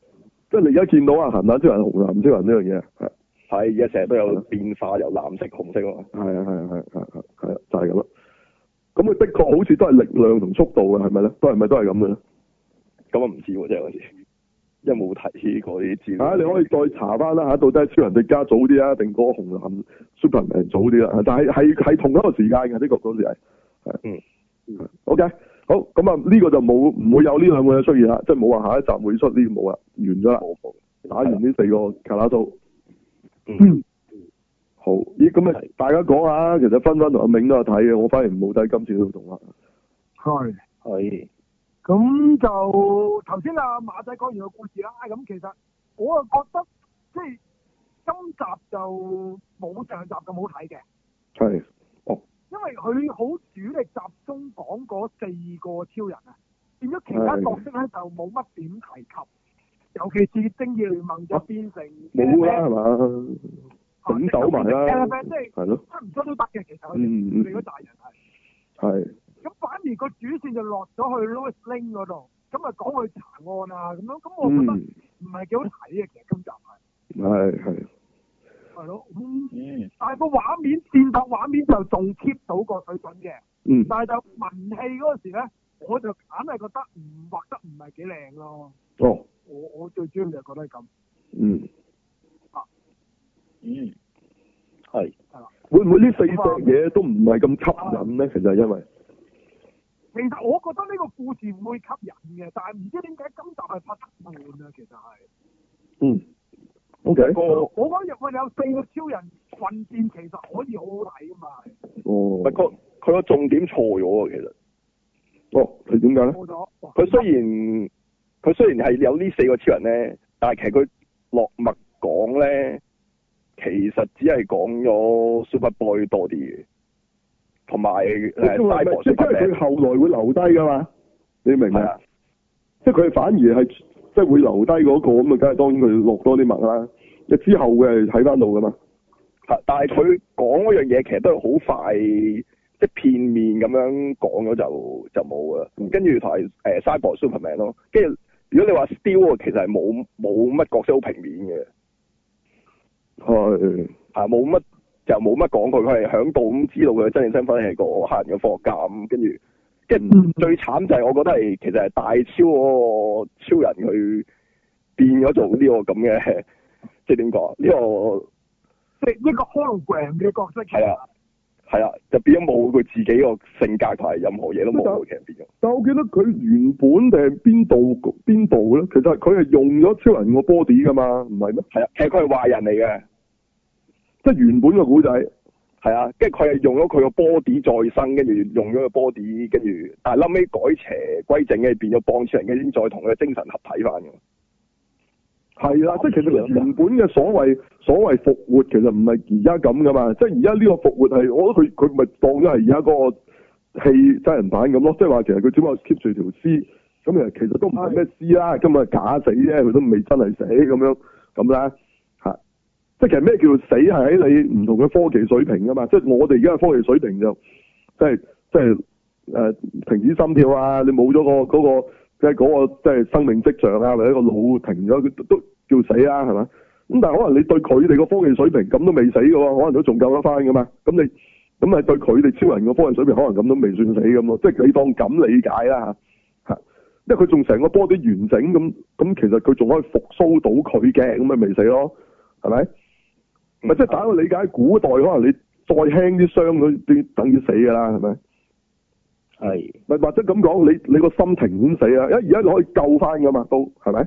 [SPEAKER 1] 即係你而家見到啊，鹹蛋超人、紅藍超人呢樣嘢，係
[SPEAKER 2] 係而家成日都有變化，由藍色紅色啊嘛。
[SPEAKER 1] 係啊係啊係啊係啊係啊，就係咁啦。咁佢的確好似都係力量同速度啊嘅，係咪咧？都係咪都係咁嘅咧？
[SPEAKER 2] 咁啊我唔知喎，真係嗰時，因為冇睇過呢啲資料。
[SPEAKER 1] 啊，你可以再查翻啦嚇，到底係超人迪加早啲啊，定嗰個紅藍 Superman 早啲啦？啊但係係係同一個時間嘅，呢個嗰時係係
[SPEAKER 2] 嗯
[SPEAKER 1] 嗯 OK 好咁啊，呢個就冇唔會有呢兩個嘢出現啦，即係冇話下一集會出呢個冇啦，完咗啦，
[SPEAKER 2] 冇冇
[SPEAKER 1] 打完呢四個卡拉蘇。
[SPEAKER 4] 嗯，
[SPEAKER 1] 好，咦咁啊
[SPEAKER 2] 係，
[SPEAKER 1] 大家講下，其實芬芬同阿銘都有睇嘅，我反而冇睇今次呢套動畫。
[SPEAKER 4] 係。
[SPEAKER 3] 係
[SPEAKER 4] 咁就頭先阿馬仔講完個故事啦，咁其實我啊覺得即係今集就冇上集咁好睇嘅，
[SPEAKER 1] 係，
[SPEAKER 4] 因為佢好主力集中講嗰四個超人啊，變咗其他角色咧就冇乜點提及，尤其是正義聯盟就變成
[SPEAKER 1] 冇啦係嘛，整走埋啦，
[SPEAKER 4] 即係
[SPEAKER 1] 係咯，
[SPEAKER 4] 出唔出都得嘅，其實佢哋
[SPEAKER 1] 嗯
[SPEAKER 4] 佢哋嗰
[SPEAKER 1] 嗯，
[SPEAKER 4] 大人係。
[SPEAKER 1] 係
[SPEAKER 4] 咁反而個主線就落咗去 Lois Lane 嗰度，咁啊講佢查案啊咁樣，咁我覺得
[SPEAKER 1] 嗯
[SPEAKER 4] 唔係幾好睇嘅，其實今集係
[SPEAKER 1] 係係。
[SPEAKER 4] 係咯，咁
[SPEAKER 2] 嗯
[SPEAKER 4] 但係個畫面戰鬥畫面就仲 keep 到個水準嘅，
[SPEAKER 1] 嗯，
[SPEAKER 4] 但係就文戲嗰陣時咧，我就硬係覺得唔畫得唔係幾靚咯，
[SPEAKER 1] 哦，
[SPEAKER 4] 我我最主要就覺得係咁，
[SPEAKER 1] 嗯。
[SPEAKER 3] 嗯係
[SPEAKER 1] 會唔會呢四隻嘢都唔係咁吸引咧？其實因為
[SPEAKER 4] 其實我覺得呢個故事會吸引嘅，但係唔知點解今集係拍得悶啊，其實係。
[SPEAKER 1] 嗯，OK，
[SPEAKER 4] 啊
[SPEAKER 2] 個
[SPEAKER 4] 我嗰日我有四個超人混戰，其實可以好好睇噶嘛，
[SPEAKER 1] 哦
[SPEAKER 2] 唔，係佢佢個重點錯咗喎，其實
[SPEAKER 1] 哦，佢點解咧？
[SPEAKER 4] 冇咗。哇
[SPEAKER 2] 佢雖然佢雖然係有呢四個超人咧，但係其實佢落墨講咧，其實只係講咗 Superboy 多啲嘅，同埋誒
[SPEAKER 1] 即係
[SPEAKER 2] Cyborg
[SPEAKER 1] 即係佢
[SPEAKER 2] Superman
[SPEAKER 1] 後來會留低噶嘛？你明唔明
[SPEAKER 2] 係
[SPEAKER 1] 啊
[SPEAKER 2] 啊？，
[SPEAKER 1] 即係佢反而係即係會留低嗰個咁啊，梗係當然佢落多啲墨啦。即之後嘅係睇翻到噶嘛？
[SPEAKER 2] 係但係佢講嗰樣嘢其實都係好快，即係片面咁樣講咗就就冇啦。
[SPEAKER 1] 嗯
[SPEAKER 2] 跟住同埋誒 Cyborg Superman 咯，跟住如果你話 Steel 其實係冇冇乜角色好平面嘅。
[SPEAKER 1] 係
[SPEAKER 2] 啊冇乜就冇乜講佢，佢係響度咁知道佢真正身份係個黑人嘅科學家咁，跟住跟
[SPEAKER 4] 嗯
[SPEAKER 2] 住最慘就係我覺得係其實係大超嗰個超人佢變咗做呢個咁嘅，即係點講？啊呢、個
[SPEAKER 4] 即係一個 hologram 嘅角色。
[SPEAKER 2] 係啊，係啦，就變咗冇佢自己個性格同埋任何嘢都冇，其實變咗。
[SPEAKER 1] 但我記得佢原本定係邊度邊度咧？其實佢係用咗超人個 body 噶嘛，唔係咩？
[SPEAKER 2] 係啊，其實佢係壞人嚟嘅，
[SPEAKER 1] 即係原本個古仔
[SPEAKER 2] 係啊，跟住佢係用咗佢個 body 再生，跟住用咗個 body，跟住但係後尾改邪歸正，跟住變咗幫超人，跟住先再同佢嘅精神合體翻嘅。
[SPEAKER 1] 係啦，即係其實佢原本嘅所謂所謂復活，其實唔係而家咁噶嘛。即係而家呢個復活係，我覺得佢佢咪當咗係而家嗰個戲真人版咁咯。即係話其實佢只不過 keep 住條屍，咁其實其實都唔係咩屍啦，咁啊假死啫，佢都未真係死咁樣咁啦嚇。即係其實咩叫做死係喺你唔同嘅科技水平噶嘛。即係我哋而家嘅科技水平就即係即係誒、呃停止心跳啊，你冇咗個嗰、個。即係嗰個即係生命跡象啊，或者個腦停咗，佢都都叫死啦，係咪？咁但係可能你對佢哋個科技水平咁都未死嘅喎，可能都仲救得翻嘅嘛。咁你咁咪對佢哋超人個科技水平可能咁都未算死咁咯，即係你當咁理解啦嚇嚇，因為佢仲成個 body 完整咁，咁其實佢仲可以復甦到佢嘅，咁咪未死咯，係咪？咪即係打個理解，古代可能你再輕啲傷，佢都等於死㗎啦，係咪？
[SPEAKER 3] 係
[SPEAKER 1] 咪或者咁講，你你個心情已經死啦，因為而家你可以救翻噶嘛，都係咪？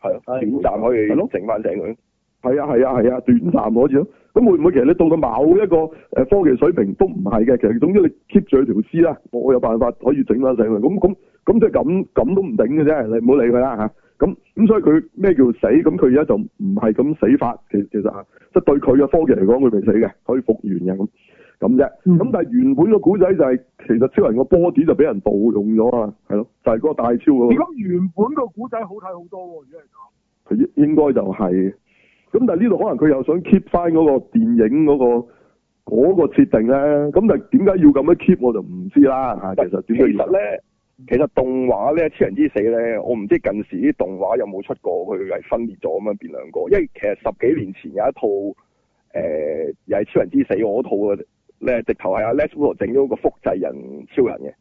[SPEAKER 2] 係啊，短
[SPEAKER 3] 係
[SPEAKER 2] 暫可
[SPEAKER 1] 係咯
[SPEAKER 2] 以整翻醒佢。
[SPEAKER 1] 係啊係啊係啊，短暫嗰次咯。咁會唔會其實你到到某一個誒科技水平都唔係嘅？其實總之你 keep 住佢條屍啦，我有辦法可以整翻醒佢。咁咁咁即係咁咁都唔頂嘅啫，你唔好理佢啦嚇。咁咁所以佢咩叫死？咁佢而家就唔係咁死法，其其實啊，即係對佢嘅科技嚟講，佢未死嘅，可以復原嘅咁咁啫。咁、
[SPEAKER 4] 嗯
[SPEAKER 1] 但係原本個古仔就係、其實超人個波子就俾人盜用咗啊，係咯，就係、嗰個大超嗰、個。
[SPEAKER 4] 咁原本個古仔好睇好多喎，如果係咁，
[SPEAKER 1] 佢應應該就係、咁但係呢度可能佢又想 keep 翻嗰個電影嗰、個嗰、個設定咧，咁但係點解要咁樣 keep 我就唔知啦啊嚇。其實
[SPEAKER 2] 其
[SPEAKER 1] 點解要
[SPEAKER 2] 實？咧，其實動畫咧《超人之死》咧，我唔知近時啲動畫有冇出過佢係分裂咗咁樣變兩個，因為其實十幾年前有一套誒、呃又係《超人之死》嗰套嘅咧，直頭係阿 Les Luthor 整咗個複製人超人嘅。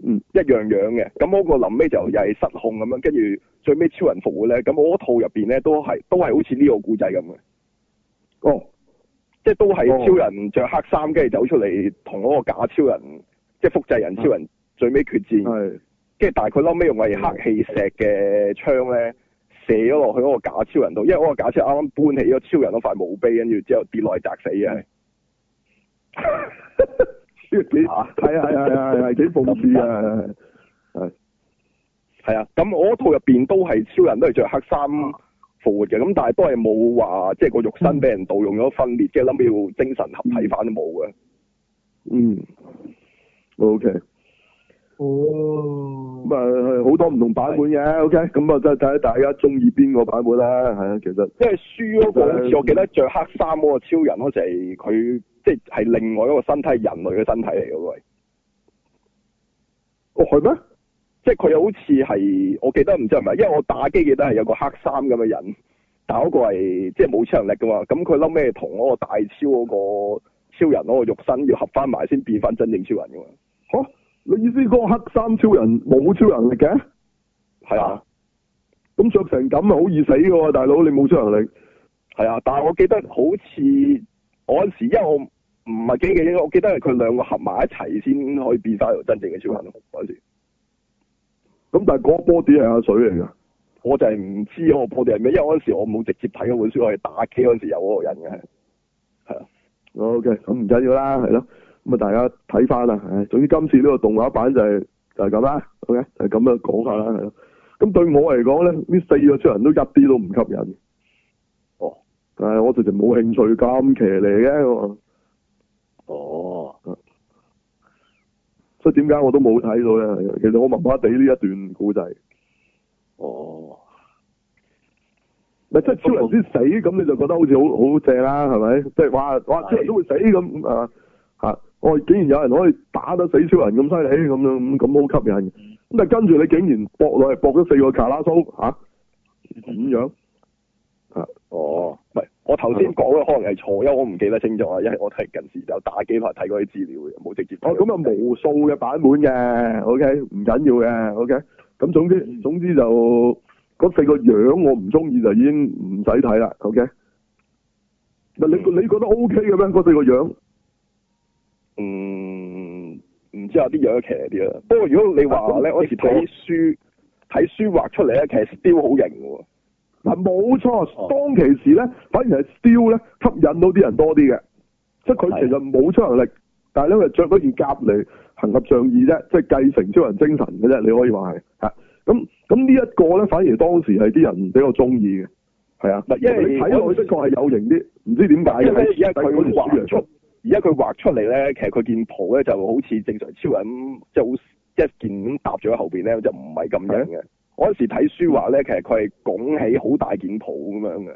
[SPEAKER 1] 嗯，
[SPEAKER 2] 一樣樣嘅，咁嗰個臨尾就又係失控咁樣，跟住最尾超人復活咧，咁我嗰套入邊咧都係都係好似呢個故仔咁嘅，
[SPEAKER 1] 哦，
[SPEAKER 2] 即係都
[SPEAKER 1] 哦
[SPEAKER 2] 係超人着黑衫，跟住走出嚟同嗰個假超人，即係複製人超人最尾決戰，
[SPEAKER 1] 係
[SPEAKER 2] 跟住但係佢嬲尾用係黑氣石嘅槍咧射咗落去嗰個假超人度，因為嗰個假超人啱啱搬起咗超人嗰塊墓碑，跟住之後跌落去砸死嘅，
[SPEAKER 1] 幾係啊係啊係啊係啊幾諷刺啊！係
[SPEAKER 2] 係啊，咁我嗰套入邊都係超人都係着黑衫復活嘅，咁但係都係冇話即係個肉身俾人盜用咗分裂，即係諗要精神合體翻都冇嘅。
[SPEAKER 1] 嗯，OK，咁
[SPEAKER 4] 哦
[SPEAKER 1] 啊係好多唔同版本嘅，OK，咁啊就睇下大家中意邊個版本啦，係啊，其實
[SPEAKER 2] 因為書嗰個好似我記得着黑衫嗰個超人嗰時係佢即係係另外一個身體，係人類嘅身體嚟嘅喎，
[SPEAKER 1] 哦係咩？
[SPEAKER 2] 即係佢好似係我記得唔知係咪，因為我打機記得係有個黑衫咁嘅人，但嗰個係即係冇超能力嘅嘛，咁佢嬲尾同嗰個大超嗰個超人嗰個肉身要合翻埋先變翻真正超人嘅嘛，
[SPEAKER 1] 嚇、你意思嗰個黑衫超人冇超能力嘅？
[SPEAKER 2] 係啊。
[SPEAKER 1] 咁着成咁啊，好易死嘅喎，大佬你冇超能力。
[SPEAKER 2] 係啊，但係我記得好似我嗰陣時，因為我唔係幾記得，我記得係佢兩個合埋一齊先可以變翻做真正嘅超人咯。嗰陣時
[SPEAKER 1] 咁但係嗰個波子係阿水嚟㗎，
[SPEAKER 2] 我就係唔知我破地係咩，因為嗰陣時我冇直接睇嗰本書，我係打機嗰陣時有嗰個人嘅。啊
[SPEAKER 1] O K，咁唔緊要啦，係咯。咁啊，大家睇翻啦。唉，總之今次呢個動畫版就係、就係咁啦。O K，就係咁樣講下啦，係咯。咁對我嚟講咧，呢四個超人都一啲都唔吸引。
[SPEAKER 3] 哦，
[SPEAKER 1] 但係我直情冇興趣咁騎嚟嘅，我
[SPEAKER 3] 哦，
[SPEAKER 1] 所以點解我都冇睇到咧？其實我麻麻地呢一段故仔，
[SPEAKER 3] 哦，
[SPEAKER 1] 咪即係超人之死咁，你就覺得好似好好正啦，係咪？即係哇哇，
[SPEAKER 3] 係
[SPEAKER 1] 超人都會死咁啊嚇！我、竟然有人可以打得死超人咁犀利，咁樣咁咁好吸引。咁但係跟住你竟然搏落嚟搏咗四個卡拉蘇嚇，咁樣
[SPEAKER 3] 哦，
[SPEAKER 2] 唔係，我頭先講嘅可能係錯，因為我唔記得清楚啊，因為我睇近時就打機同埋睇過啲資料嘅，冇直接睇。
[SPEAKER 1] 哦咁啊無數嘅版本嘅，OK 唔緊要嘅，OK。咁總之總之就嗰四個樣我唔中意就已經唔使睇啦，OK。嗱你你覺得 OK 嘅咩？嗰四個樣？
[SPEAKER 2] 嗯，唔知有啲樣騎呢啲啦。不過如果你
[SPEAKER 3] 啊
[SPEAKER 2] 話咧，我嗰時睇書睇書畫出嚟咧，其實 still 好型嘅喎。
[SPEAKER 1] 嗱，冇錯
[SPEAKER 3] 哦，
[SPEAKER 1] 當其時咧，反而係 Steel 咧吸引到啲人多啲嘅，即係佢其實冇超能力，但係咧佢着嗰件甲嚟行俠仗義啫，即係繼承超人精神嘅啫，你可以話係嚇。咁咁呢一個咧，反而當時係啲人比較中意嘅，係啊，
[SPEAKER 2] 嗱因為
[SPEAKER 1] 你睇落去的確係有型啲，唔知點解
[SPEAKER 2] 因
[SPEAKER 1] 嘅。
[SPEAKER 2] 為咧而家佢畫
[SPEAKER 1] 出
[SPEAKER 2] 出，而家佢畫出嚟咧，其實佢件袍咧就好似正常超人咁，即係好一件咁搭咗喺後邊咧，就唔係咁樣嘅。我嗰時睇書畫咧，其實佢係拱起好大件袍咁樣嘅，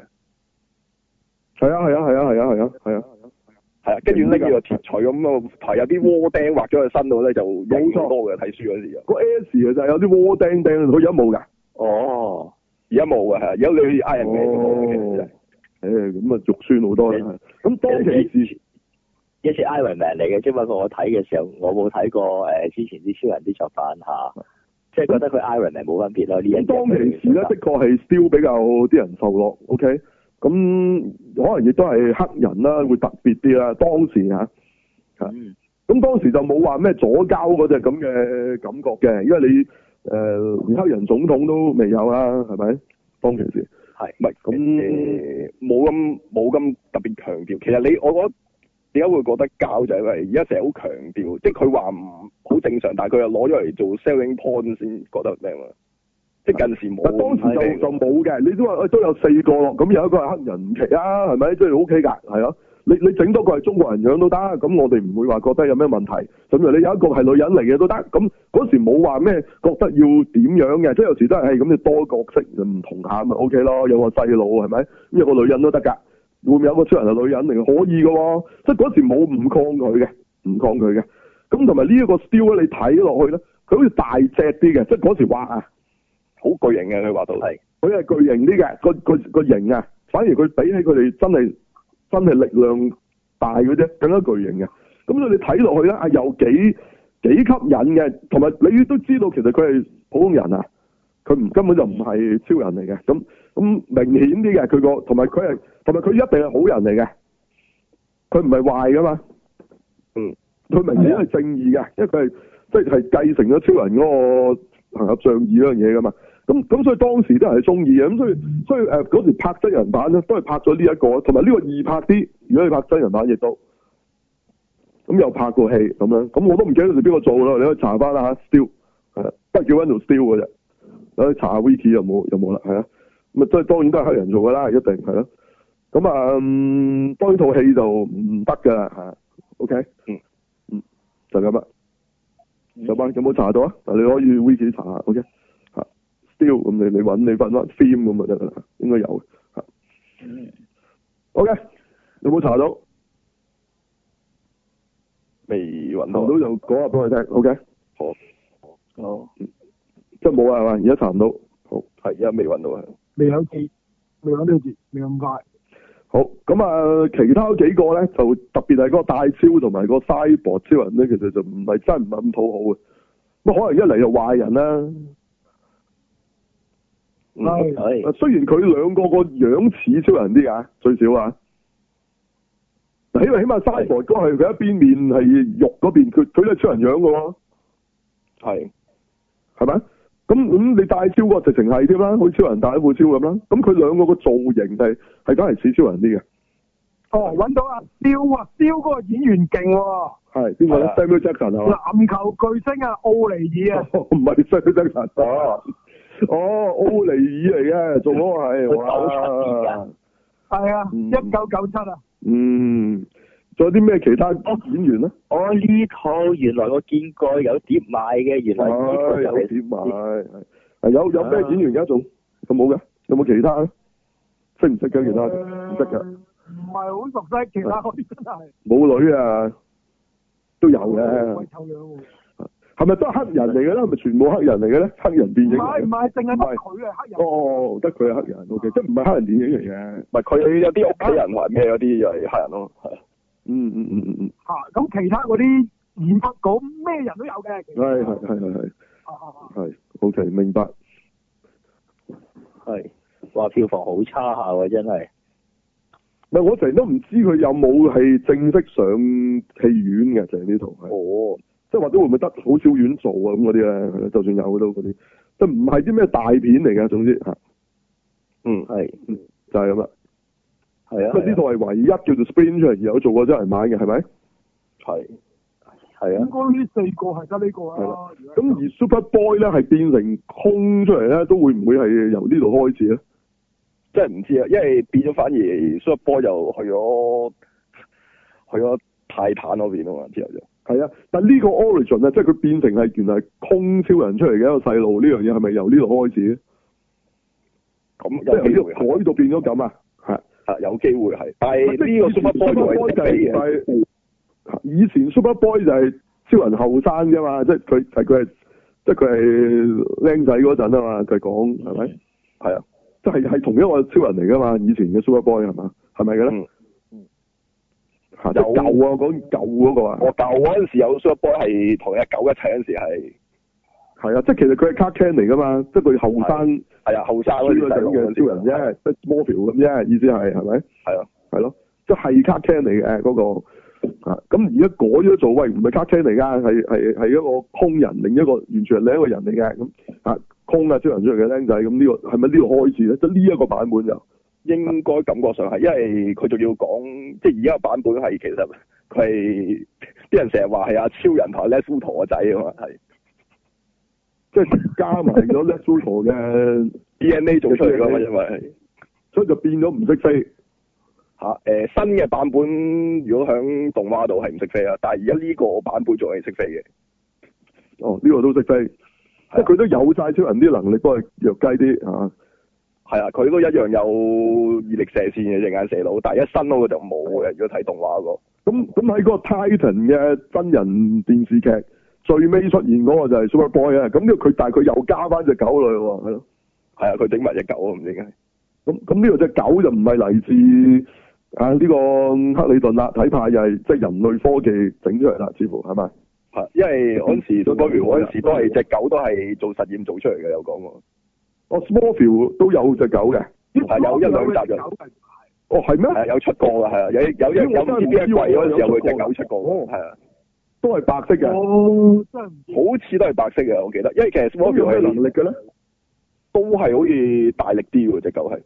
[SPEAKER 1] 係啊係啊係啊係啊係啊係啊，
[SPEAKER 2] 係啊，跟住拎住個鐵錘咁啊，係有啲窩釘畫咗喺身度咧，就型好多嘅。睇書嗰時就，
[SPEAKER 1] 個 S 其實有啲窩釘釘，佢而家冇㗎。
[SPEAKER 3] 哦，
[SPEAKER 2] 而家冇嘅，係啊而家你嗌人名
[SPEAKER 1] 哦
[SPEAKER 2] 嘅，真
[SPEAKER 1] 誒
[SPEAKER 2] 係
[SPEAKER 1] 咁啊，肉酸好多啦。咁當其時
[SPEAKER 3] 一似 Iron Man 嚟嘅啫嘛。不過我睇嘅時候，我冇睇過誒之前啲超人啲作品嚇，即係覺得佢 Iron Man 冇分別咯。呢一
[SPEAKER 1] 咁當其
[SPEAKER 3] 啊
[SPEAKER 1] 時咧，的確係 still 比較啲人受落，OK？咁可能亦都係黑人啦，會特別啲啦。當時嚇，
[SPEAKER 3] 嗯
[SPEAKER 1] 咁當時就冇話咩左膠嗰只咁嘅感覺嘅，因為你誒、呃連黑人總統都未有啦，係咪？當其時，
[SPEAKER 2] 唔係
[SPEAKER 1] 咁
[SPEAKER 2] 誒冇咁冇咁特別強調。其實你我覺得點解會覺得教就係因為而家成日好強調，即係佢話唔好正常，但係佢又攞咗嚟做 selling point 先覺得咩嘛？即係近時冇。
[SPEAKER 1] 但當時就就冇嘅，你都話誒都有四個咯，咁有一個係黑人唔奇啊，係咪？即係 O K 㗎，係咯。你你整多個係中國人樣都得，咁我哋唔會話覺得有咩問題。甚至你有一個係女人嚟嘅都得，咁嗰時冇話咩覺得要點樣嘅，即係有時都係係咁，你多角色唔同下咪 O K 咯。有個細佬係咪？咁有個女人都得㗎，會唔會有個出人係女人嚟嘅？可以嘅喎，即係嗰時冇唔抗拒嘅，唔抗拒嘅。咁同埋呢一個 still 咧，你睇落去咧，佢好似大隻啲嘅，即係嗰時畫啊。
[SPEAKER 2] 好巨型嘅佢畫到。
[SPEAKER 3] 係
[SPEAKER 1] 佢係巨型啲嘅，個個個型啊，反而佢比起佢哋真係真係力量大嗰啲更加巨型嘅。咁所以你睇落去咧，啊又幾幾吸引嘅，同埋你都知道其實佢係普通人啊，佢唔根本就唔係超人嚟嘅。咁咁明顯啲嘅佢個，同埋佢係同埋佢一定係好人嚟嘅，佢唔係壞噶嘛。
[SPEAKER 2] 嗯，
[SPEAKER 1] 佢明顯係正義嘅，因為佢係即係繼承咗超人嗰個行俠仗義嗰樣嘢噶嘛。咁咁所以當時都係中意嘅，咁所以所以誒嗰、時拍真人版咧，都係拍咗呢一個，同埋呢個易拍啲。如果你拍真人版亦都，咁又拍過戲咁樣，咁我都唔記得佢邊個做啦，你可以查翻啦嚇。Still 係啊都係叫 Window Still 嘅啫，你可以查下 Wiki 有冇有冇啦，係啊。咁啊，即係當然都係黑人做㗎啦，一定係咯。咁啊、嗯，當然套戲就唔得㗎啦，嚇。OK，
[SPEAKER 2] 嗯
[SPEAKER 1] 嗯，就咁啦。有冇有冇查到啊？嗱，你可以 Wiki 查下，OK。still 啊咁你你揾你揾翻 theme 咁就得噶啦，應該有嘅。嚇 OK，有冇查到？
[SPEAKER 2] 未揾
[SPEAKER 1] 查
[SPEAKER 2] 到
[SPEAKER 1] 到
[SPEAKER 2] 啊。
[SPEAKER 1] 就講下俾我聽。OK，
[SPEAKER 2] 好，
[SPEAKER 5] 哦，
[SPEAKER 1] 即係冇啊係嘛？而家查唔到。好，
[SPEAKER 2] 係而家未揾到啊。
[SPEAKER 4] 未有字，未有呢個字，未咁快。
[SPEAKER 1] 好咁啊，其他嗰幾個咧就特別係嗰個大超同埋個 cyber 超人咧，其實就唔係真係唔係咁討好嘅。咁可能一嚟就壞人啦。
[SPEAKER 2] 嗯
[SPEAKER 4] 係
[SPEAKER 3] 係
[SPEAKER 1] 雖然佢兩個個樣似超人啲啊，最少啊。嗱，起碼起碼 c y b 哥係佢一邊面係肉嗰邊，佢佢都係超人樣嘅喎，
[SPEAKER 2] 係
[SPEAKER 1] 係咪？咁咁你戴超個直情係添啦，好似超人戴副超咁啦。咁佢兩個個造型係係梗係似超人啲嘅。
[SPEAKER 4] 哦，揾到阿雕啊，雕嗰個演員勁喎，
[SPEAKER 1] 係邊個咧
[SPEAKER 2] 係啊
[SPEAKER 1] ？Samuel Jackson 係嘛？
[SPEAKER 4] 籃球巨星啊，奧尼爾啊，
[SPEAKER 1] 哦 唔係 Samuel Jackson。
[SPEAKER 2] 哦
[SPEAKER 1] 哦，奧尼爾嚟嘅，做嗰個係
[SPEAKER 3] 佢九七年
[SPEAKER 1] 哇
[SPEAKER 3] 㗎。
[SPEAKER 4] 係啊，
[SPEAKER 1] 嗯
[SPEAKER 4] 一九九七啊，
[SPEAKER 1] 嗯，仲有啲咩其他演員咧？
[SPEAKER 3] 我哦呢套原來我見過有碟賣嘅，
[SPEAKER 4] 啊
[SPEAKER 3] 原來呢套就
[SPEAKER 1] 哎有
[SPEAKER 3] 係
[SPEAKER 1] 碟買，係係有有咩演員而家仲有冇嘅？有冇其他咧？識唔識嘅其他？
[SPEAKER 4] 啊 Ờ,
[SPEAKER 1] 唔識嘅，
[SPEAKER 4] 唔係好熟悉，其他嗰啲真係
[SPEAKER 1] 冇女啊，都有
[SPEAKER 4] 鬼
[SPEAKER 1] 嘅。
[SPEAKER 4] 臭樣喎。
[SPEAKER 1] 係咪都係黑人嚟嘅咧？係咪全部黑人嚟嘅咧？黑人電
[SPEAKER 4] 唔
[SPEAKER 1] 影
[SPEAKER 4] 係
[SPEAKER 1] 嚟
[SPEAKER 4] 唔
[SPEAKER 1] 嘅
[SPEAKER 4] 係，淨係得佢係黑人。
[SPEAKER 1] 哦，得佢係黑人，OK，即係唔係黑人電影嚟嘅。
[SPEAKER 2] 唔係佢有啲屋企人或者咩有啲又係黑人咯。係
[SPEAKER 1] 嗯嗯嗯嗯嗯，
[SPEAKER 4] 嚇，咁其他嗰啲演不講咩人都有嘅。其實
[SPEAKER 1] 係係係係係
[SPEAKER 4] 啊啊啊
[SPEAKER 1] 係，OK，明白。
[SPEAKER 3] 係話票房好差下喎，真係
[SPEAKER 1] 唔係我成日都唔知佢有冇係正式上戲院嘅，就係呢套係。
[SPEAKER 3] 哦，
[SPEAKER 1] 即係或者會唔會得好少院做啊咁嗰啲咧，就算有都嗰啲，即係唔係啲咩大片嚟嘅，總之嚇
[SPEAKER 2] 嗯
[SPEAKER 3] 係
[SPEAKER 1] 就係咁啦。
[SPEAKER 3] 係啊
[SPEAKER 1] 咁啊呢套係唯一叫做 Spring 出嚟有做過真人版嘅係咪？
[SPEAKER 2] 係
[SPEAKER 3] 係
[SPEAKER 4] 應
[SPEAKER 3] 啊，
[SPEAKER 4] 該呢四個係得呢個
[SPEAKER 1] 係
[SPEAKER 4] 啦。如
[SPEAKER 1] 咁而 Super Boy 咧係變成空出嚟咧，都會唔會係由呢度開始咧？
[SPEAKER 2] 即係唔知啊，因為變咗反而蘇一波又去咗去咗泰坦嗰邊啊嘛，之後就
[SPEAKER 1] 係啊，但呢個 origin 咧，即係佢變成係原來係空超人出嚟嘅一個細路，呢樣嘢係咪由呢度開始咧？
[SPEAKER 2] 咁
[SPEAKER 1] 即係
[SPEAKER 2] 有機
[SPEAKER 1] 呢度
[SPEAKER 2] 會係
[SPEAKER 1] 改到變咗咁啊？係。
[SPEAKER 2] 啊，有機會係，但
[SPEAKER 1] 啊
[SPEAKER 2] 係呢個 Super Boy 就係
[SPEAKER 1] 就
[SPEAKER 2] 特別嘅，
[SPEAKER 1] 係以前 Super Boy 就係超人後生啫嘛，即係佢係佢係即係佢係僆仔嗰陣啊嘛，佢講係咪？
[SPEAKER 2] 係啊，
[SPEAKER 1] 即係係同一個超人嚟噶嘛，以前嘅 Super Boy 係嘛？係咪嘅咧
[SPEAKER 2] 嗯？
[SPEAKER 1] 嚇即係舊啊，講舊嗰個啊，
[SPEAKER 2] 我舊嗰陣時有 Super Boy 係同阿狗一齊嗰陣時係
[SPEAKER 1] 係啊，即係其實佢係 cartoon 嚟噶嘛，即係佢後生
[SPEAKER 2] 係啊後生嗰
[SPEAKER 1] 衰
[SPEAKER 2] 啲
[SPEAKER 1] 嗰
[SPEAKER 2] 細
[SPEAKER 1] 陣
[SPEAKER 2] 路嗰
[SPEAKER 1] 嘅
[SPEAKER 2] 陣時
[SPEAKER 1] 超人啫，即係 Morpheus 咁啫，意思係係咪？
[SPEAKER 2] 係啊，
[SPEAKER 1] 係咯，即係卡 can 嚟嘅嗰個啊，咁而家改咗做，喂唔係卡 can 嚟㗎，係係係一個空人，另一個完全係另一個人嚟嘅咁啊，空啊超人出嚟嘅僆仔，咁呢、個係咪呢個開始咧？即係呢一個版本就
[SPEAKER 2] 應該感覺上係，因為佢仲要講，即係而家嘅版本係其實佢係啲人成日話係阿超人同阿 Les Uto 個仔啊嘛，係
[SPEAKER 1] 即係加埋咗 Lex Luthor 嘅，
[SPEAKER 2] DNA 做出嚟㗎嘛，因為
[SPEAKER 1] 所以就變咗唔識飛。
[SPEAKER 2] 嚇誒、呃新嘅版本，如果響動畫度係唔識飛啊，但係而家呢個版本仲係識飛嘅，
[SPEAKER 1] 哦，呢、個都識飛，即係佢都有晒超人啲能力，不過係弱雞啲啊。
[SPEAKER 2] 係啊，佢都一樣有熱力射線嘅隻眼射到，但係一身嗰個就冇嘅。如果睇動畫嗰、個。
[SPEAKER 1] 咁咁喺嗰個 Titan 嘅真人電視劇最尾出現嗰個就係 Superboy 啊，咁呢個佢但係佢又加翻只狗落去喎，係咯。
[SPEAKER 2] 係啊，佢整埋只狗啊，唔知點解。
[SPEAKER 1] 咁咁呢度只狗就唔係嚟自啊呢、個克里頓啦，睇怕又係即係人類科技整出嚟啦，似乎係咪？
[SPEAKER 2] 係，因為嗰陣時
[SPEAKER 1] 都
[SPEAKER 2] 都
[SPEAKER 1] 都
[SPEAKER 2] 講完嗰陣時都係只狗都係做實驗做出嚟嘅，有講過。
[SPEAKER 1] 哦 s m a l l v i l l 都有隻狗嘅，
[SPEAKER 2] 係有一兩集嘅
[SPEAKER 1] 哦係
[SPEAKER 2] 係
[SPEAKER 1] 咩？
[SPEAKER 2] 啊有出過㗎，係啊，有有有有唔知邊一季嗰陣時有隻狗出過，係啊，
[SPEAKER 1] 都係白色嘅，
[SPEAKER 4] 哦，真係唔知。
[SPEAKER 2] 好似都係白色嘅，我記得，因為其實 s m
[SPEAKER 1] 咁
[SPEAKER 2] o r
[SPEAKER 1] 有咩
[SPEAKER 2] p
[SPEAKER 1] 能
[SPEAKER 2] 係
[SPEAKER 1] 力嘅咧？
[SPEAKER 2] 都係好似大力啲喎，只狗係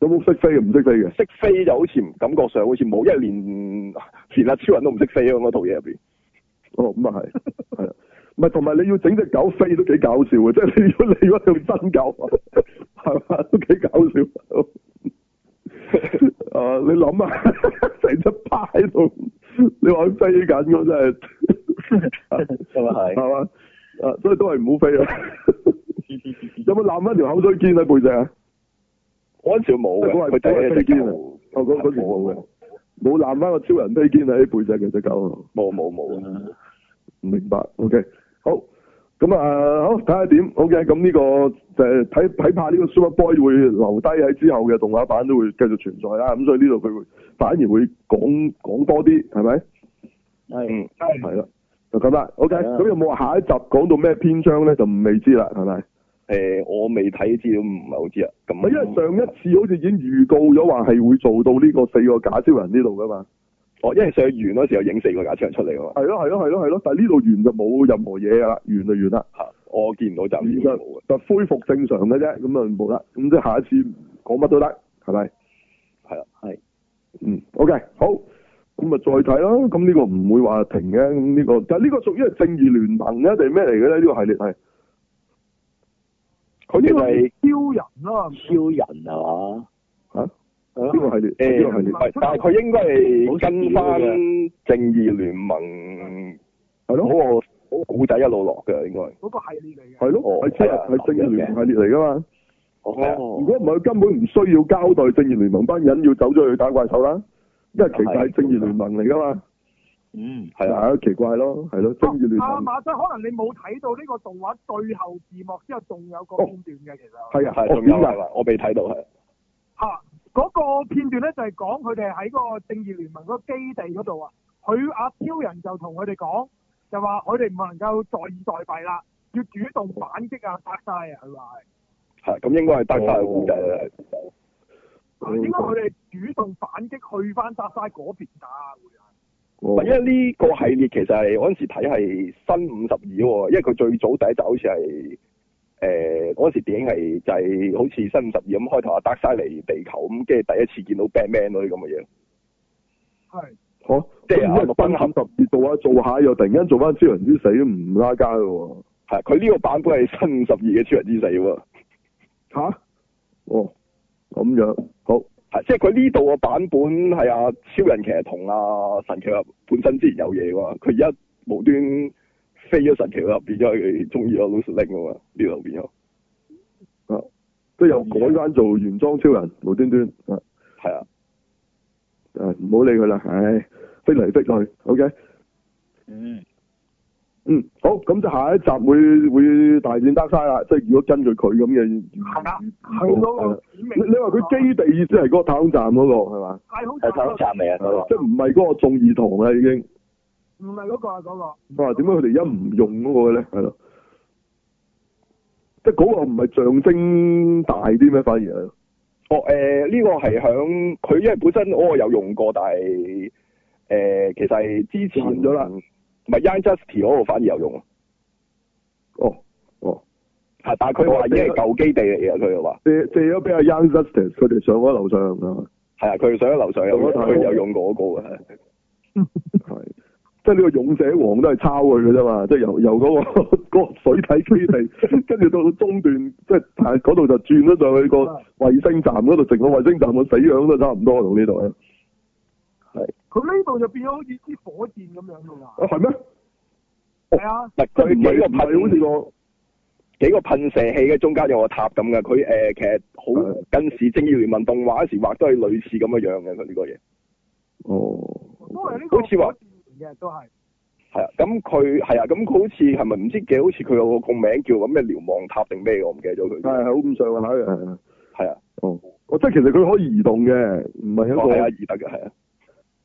[SPEAKER 1] 有冇識飛唔識飛嘅？
[SPEAKER 2] 識飛就好似唔感覺上好似冇，因為連啊連阿超人都唔識飛啊嗰套嘢入邊。
[SPEAKER 1] 哦，咁啊係，係啊，唔係同埋你要整隻狗飛都幾搞笑嘅，即係你 要你要用真狗， 係嘛都幾搞笑。 啊！你諗啊， 成隻趴喺度，你話佢飛緊咁真係，
[SPEAKER 3] 咁啊 係，
[SPEAKER 1] 係嘛？啊，所以都係唔好飛啊！有冇攬翻條口水肩喺背脊啊？
[SPEAKER 2] 我嗰陣時冇嘅，
[SPEAKER 1] 嗰
[SPEAKER 2] 佢
[SPEAKER 1] 係嗰係
[SPEAKER 2] 第一
[SPEAKER 1] 飛
[SPEAKER 2] 隻
[SPEAKER 1] 肩啊
[SPEAKER 2] 狗！
[SPEAKER 1] 哦，嗰嗰條冇嘅，冇攬翻個超人飛肩喺背脊嘅隻狗。
[SPEAKER 2] 冇冇啊冇，
[SPEAKER 1] 唔明白，OK，好，咁啊，好睇下點，OK，咁呢、個就係睇睇怕呢個 Superboy 會留低喺之後嘅動畫版都會繼續存在啦，咁所以呢度佢會反而會講講多啲，係咪？
[SPEAKER 3] 係
[SPEAKER 2] 嗯，
[SPEAKER 1] 係啦，就咁啦，OK，
[SPEAKER 3] 係啊
[SPEAKER 1] 咁有冇話下一集講到咩篇章咧？就未知啦，係咪？
[SPEAKER 2] 嗯誒我未睇資料，唔係好知啊。
[SPEAKER 1] 唔係因為
[SPEAKER 2] 咁
[SPEAKER 1] 上一次好似已經預告咗話係會做到呢個四個假超人呢度噶嘛？
[SPEAKER 2] 哦，因為上完嗰時候影四個假超人出嚟啊㗎嘛。
[SPEAKER 1] 係咯係咯係咯係咯，但係呢度完就冇任何嘢噶啦，完就完啦。
[SPEAKER 2] 嚇，啊我見唔到暫時
[SPEAKER 1] 其
[SPEAKER 2] 冇
[SPEAKER 1] 實
[SPEAKER 2] 啊嘅，
[SPEAKER 1] 就恢復正常嘅啫，咁啊冇啦，咁即係下一次講乜都得，係咪？
[SPEAKER 2] 係啊，
[SPEAKER 3] 係
[SPEAKER 1] 嗯，OK，好，咁啊再睇咯，咁呢個唔會話停嘅，咁呢、個，但係呢個屬於係正義聯盟嘅定係咩嚟嘅咧？呢、個系列係
[SPEAKER 2] 佢哋就係
[SPEAKER 4] 超人啦，
[SPEAKER 3] 超人係嘛？
[SPEAKER 1] 嚇呢、
[SPEAKER 3] 係
[SPEAKER 1] 個
[SPEAKER 3] 咯，
[SPEAKER 1] 系列，呢、個
[SPEAKER 2] 誒
[SPEAKER 1] 系
[SPEAKER 2] 唔
[SPEAKER 1] 列
[SPEAKER 2] 係，但係佢應該係跟翻正義聯盟
[SPEAKER 1] 係咯
[SPEAKER 2] 嗰個古仔一路落嘅，應該
[SPEAKER 4] 嗰個系列嚟嘅。
[SPEAKER 1] 係咯，
[SPEAKER 2] 哦
[SPEAKER 1] 係真
[SPEAKER 2] 係啊
[SPEAKER 1] 係係正義聯盟系列嚟噶嘛？如
[SPEAKER 3] 哦，
[SPEAKER 1] 果唔係，佢根本唔需要交代正義聯盟班人要走咗去打怪獸啦，因為其實係正義聯盟嚟噶嘛，
[SPEAKER 3] 嗯，
[SPEAKER 2] 係啊，
[SPEAKER 1] 啊奇怪咯，係咯，正義聯
[SPEAKER 4] 啊，
[SPEAKER 1] 盟
[SPEAKER 4] 馬仔，可能你冇睇到呢個動畫最後字幕之後，仲有個片段嘅，其實
[SPEAKER 1] 係啊，
[SPEAKER 2] 係
[SPEAKER 1] 我
[SPEAKER 2] 仲有
[SPEAKER 1] 點解
[SPEAKER 2] 係？嘛？我未睇到係
[SPEAKER 4] 嚇嗰個片段咧就係講佢哋喺嗰個正義聯盟嗰個基地嗰度啊，佢阿超人就同佢哋講，就話佢哋唔能夠坐以待斃啦，要主動反擊啊，殺晒啊，佢話係。
[SPEAKER 2] 係咁應該係得晒個古仔啦。
[SPEAKER 1] 哦
[SPEAKER 4] 點解佢哋主動反擊去翻扎沙嗰邊打會啊？
[SPEAKER 1] 哦
[SPEAKER 2] 唔係因為呢個系列其實係我嗰陣時睇係新五十二喎，因為佢最早第一集好似係。誒嗰陣時電影係就係好似新五十二咁開頭啊，德晒嚟地球咁，跟住第一次見到 Batman 嗰啲咁嘅嘢，
[SPEAKER 4] 係
[SPEAKER 1] 嚇，
[SPEAKER 2] 即係
[SPEAKER 1] 咁如果係奔十二做下做下，又突然間做翻超人之死，唔拉家嘅喎
[SPEAKER 2] 係佢呢個版本係新五十二嘅超人之死喎。
[SPEAKER 1] 吓？哦，咁樣好
[SPEAKER 2] 係，即係佢呢度個版本係啊超人其實同啊神奇俠本身之前有嘢喎，佢而家無端飛咗神奇俠變咗佢中意咗 l u c i n 啊嘛，呢度變咗
[SPEAKER 1] 啊，即係又改翻做原裝超人，無端端啊
[SPEAKER 2] 係啊，
[SPEAKER 1] 啊，唔好理佢啦，唉，逼嚟逼去，OK，
[SPEAKER 3] 嗯，
[SPEAKER 1] 嗯，好，咁就下一集會會大戰得晒啦，即係如果根據佢咁嘅，
[SPEAKER 4] 係啦，係嗰
[SPEAKER 1] 嗯
[SPEAKER 4] 個片
[SPEAKER 1] 哦你你話佢基地意思係嗰個太空站嗰個係嘛？
[SPEAKER 4] 太空
[SPEAKER 3] 係太空站嚟啊，嗰
[SPEAKER 1] 即係唔係嗰個眾義堂啦已經。
[SPEAKER 4] 唔係嗰個啊嗰個。
[SPEAKER 1] 啊，點解佢哋而家唔用嗰個咧？係咯，即係嗰個唔係象徵大啲咩？反而係
[SPEAKER 2] 哦誒呢個係響佢因為本身我有用過，但係誒、呃其實係之前
[SPEAKER 1] 換咗啦
[SPEAKER 2] 唔係 Young Justice 嗰個反而有用啊，
[SPEAKER 1] 哦哦，
[SPEAKER 2] 係但係佢話已經係舊基地嚟嘅，佢又話
[SPEAKER 1] 借借咗俾阿 Young Justice，佢哋上咗樓上啊，
[SPEAKER 2] 係啊，佢上咗樓上有
[SPEAKER 1] 上咗大陸
[SPEAKER 2] 佢有用過嗰個嘅係。
[SPEAKER 1] 係。即係呢個勇者王都係抄佢嘅啫嘛，即係由由嗰、個 嗰個水體基 地，跟住到到中段，即係但係嗰度就轉咗上去個衛星站嗰度，成個衛星站個死樣都差唔多同呢度啊，
[SPEAKER 4] 佢呢度就變咗好似支火箭咁樣噶啦，
[SPEAKER 1] 啊
[SPEAKER 2] 哦
[SPEAKER 1] 係咩？
[SPEAKER 4] 係啊，
[SPEAKER 2] 嗱，
[SPEAKER 1] 即係
[SPEAKER 2] 佢
[SPEAKER 1] 唔
[SPEAKER 2] 幾
[SPEAKER 1] 係
[SPEAKER 2] 個
[SPEAKER 1] 唔係好似
[SPEAKER 2] 噴
[SPEAKER 1] 個
[SPEAKER 2] 幾個噴射器嘅中間有個塔咁嘅，佢誒、呃其實
[SPEAKER 1] 係
[SPEAKER 2] 好近時正義聯盟動畫嗰時畫都係類似咁嘅樣嘅佢呢個嘢。
[SPEAKER 1] 哦，
[SPEAKER 4] 都係呢個
[SPEAKER 2] 好似話
[SPEAKER 4] 火箭嚟嘅都係，
[SPEAKER 2] 係啊，咁佢係啊，咁佢好似係咪唔知嘅？好似佢有個名叫咁咩瞭望塔定咩？我唔記得咗佢。
[SPEAKER 1] 係啊係好咁上下嘅，係係
[SPEAKER 2] 係啊，
[SPEAKER 1] 哦，哦即係其實佢可以移動嘅，唔係一
[SPEAKER 2] 哦係啊，
[SPEAKER 1] 個
[SPEAKER 2] 易得嘅係啊，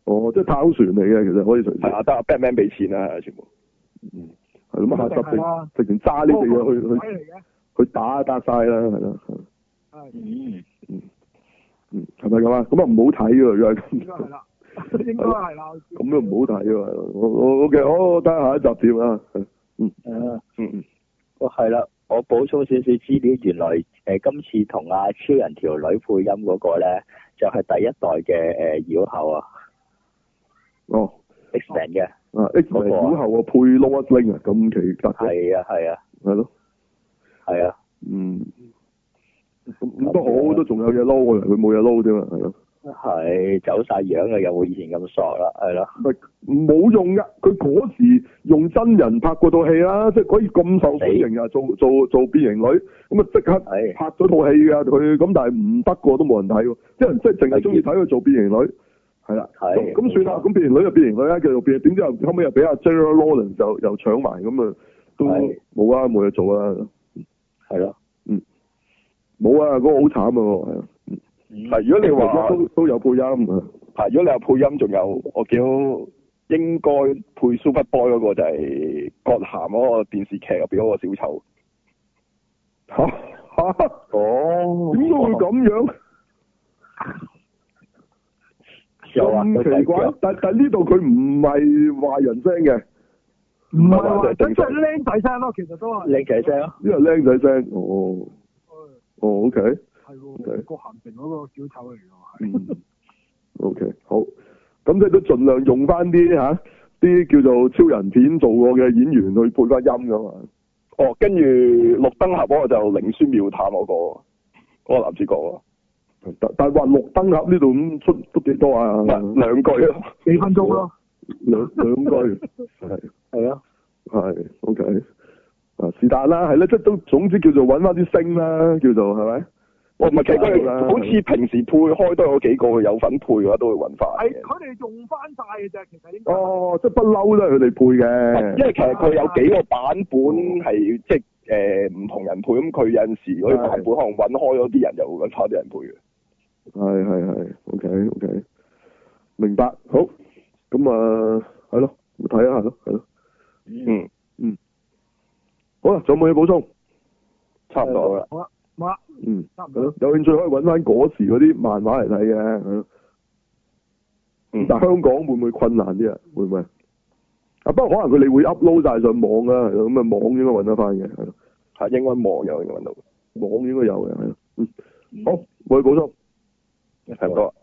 [SPEAKER 1] 哦，即係太空船嚟嘅，其實可以隨時
[SPEAKER 2] 係啊，得啊 Batman 俾錢啊，係啊全部。
[SPEAKER 1] 係咁啊，下集
[SPEAKER 4] 係啊
[SPEAKER 1] 直直情揸呢啲嘢去去
[SPEAKER 4] 鬼嚟嘅，
[SPEAKER 1] 去打打晒啦，係啦，係
[SPEAKER 4] 係
[SPEAKER 3] 嗯，
[SPEAKER 1] 嗯係咪咁啊？咁啊唔好睇㗎，如果係
[SPEAKER 4] 應該
[SPEAKER 1] 咁
[SPEAKER 4] 係。 啦，應該係啦，
[SPEAKER 1] 咁都唔好睇喎，我我 OK，我得下一集點啊？
[SPEAKER 3] 啊，
[SPEAKER 2] 嗯，
[SPEAKER 3] 哦係啦，我補充少少資料，原來誒、呃今次同阿超人條女配音嗰個咧，就係、第一代嘅誒妖后啊
[SPEAKER 1] 哦，
[SPEAKER 3] ，Xman 嘅，
[SPEAKER 1] 啊 X
[SPEAKER 3] 嗰
[SPEAKER 1] 名
[SPEAKER 3] 個啊
[SPEAKER 1] 古後啊配 Lois Lane 啊，咁奇特嘅，
[SPEAKER 3] 係啊係啊
[SPEAKER 1] 係咯，
[SPEAKER 3] 係啊，
[SPEAKER 1] 嗯，咁咁都好，都仲有嘢撈嘅，佢冇嘢撈啫嘛，係咯，
[SPEAKER 3] 係走晒樣嘅，有冇以前咁索啦？係咯，
[SPEAKER 1] 咪冇用噶，佢嗰時用真人拍過套戲啦，即係可以咁受歡迎啊，做做做變形女，咁啊即刻
[SPEAKER 3] 係
[SPEAKER 1] 拍咗套戲噶佢，咁但係唔得過都冇人睇喎，啲人即係淨係中意睇佢做變形女，係啦。咁
[SPEAKER 3] 係。
[SPEAKER 1] 咁算啦，咁變形女就變形女啦，繼續變，點知又後尾又俾阿 j e r a l Lawrence 又又搶埋，咁啊都
[SPEAKER 3] 係
[SPEAKER 1] 冇啊，冇嘢做啊，
[SPEAKER 3] 係咯，
[SPEAKER 1] 冇啊，嗰、個好慘啊，係啊，
[SPEAKER 2] 係如果你話
[SPEAKER 1] 都都有配音啊，
[SPEAKER 2] 係，如果你話配音仲有，我見到應該配 Super Boy 嗰個就係葛咸嗰個電視劇入邊嗰個小丑。
[SPEAKER 1] 嚇嚇，
[SPEAKER 3] 哦
[SPEAKER 1] 點解會咁樣
[SPEAKER 3] 又話啊佢
[SPEAKER 1] 嗯咁奇怪？但但呢度佢唔係壞人聲嘅，
[SPEAKER 4] 唔係話
[SPEAKER 2] 啊正
[SPEAKER 4] 真
[SPEAKER 2] 常
[SPEAKER 4] 係僆仔聲咯，其實都係
[SPEAKER 3] 靚仔聲咯，
[SPEAKER 1] 呢個僆仔聲，哦
[SPEAKER 4] 誒
[SPEAKER 1] 哦，OK，
[SPEAKER 4] 係
[SPEAKER 1] 係
[SPEAKER 4] 喎，個鹹城嗰個小丑嚟嘅喎，係
[SPEAKER 1] 嗯 ，OK，好，咁即係都盡量用翻啲嚇啲叫做超人片做過嘅演員去配翻音噶嘛。
[SPEAKER 2] 哦，跟住綠燈俠嗰個就靈書妙探嗰個，嗰個男主角喎。
[SPEAKER 1] 但但係話綠燈盒呢度咁出都幾多 啊？
[SPEAKER 2] 唔係
[SPEAKER 1] 兩
[SPEAKER 2] 兩句咯。
[SPEAKER 4] 幾分鐘咯，
[SPEAKER 1] 兩兩句係
[SPEAKER 3] 係咯，
[SPEAKER 1] 係 OK 啊是但啦，係啦，即係都總之叫做揾翻啲星啦，叫做係咪？
[SPEAKER 2] 我唔係，其實佢
[SPEAKER 1] 啦
[SPEAKER 2] 哋好似平時配開都有幾個有份配嘅話，都會揾翻
[SPEAKER 4] 係佢哋用翻晒嘅啫，其實應該
[SPEAKER 1] 哦，即係不嬲都係佢哋配嘅。
[SPEAKER 2] 因為其實佢有幾個版本係即係呃誒唔同人配，咁佢有陣時嗰啲版本可能揾開咗啲人，又會揾翻啲人配嘅。
[SPEAKER 1] 係係係，OK OK，明白。好，咁啊，係咯，咪睇一下咯，係咯。
[SPEAKER 2] 嗯，
[SPEAKER 1] 好啦，仲有冇嘢補充？
[SPEAKER 2] 差唔多啦。
[SPEAKER 4] 好啦，冇啦，
[SPEAKER 1] 嗯，
[SPEAKER 4] 差唔
[SPEAKER 1] 係
[SPEAKER 4] 多
[SPEAKER 1] 咯，有興趣可以揾翻嗰時嗰啲漫畫嚟睇嘅，係咯。
[SPEAKER 2] 嗯，
[SPEAKER 1] 但香港會唔會困難啲啊？會唔會？啊，不過可能佢哋會 upload 晒上網啊，咁啊網應該揾得翻嘅，係咯，
[SPEAKER 2] 係應該望有應該揾到，
[SPEAKER 1] 嗯網應該有嘅，係咯，嗯，好，冇嘢補充，
[SPEAKER 2] 差唔多啦。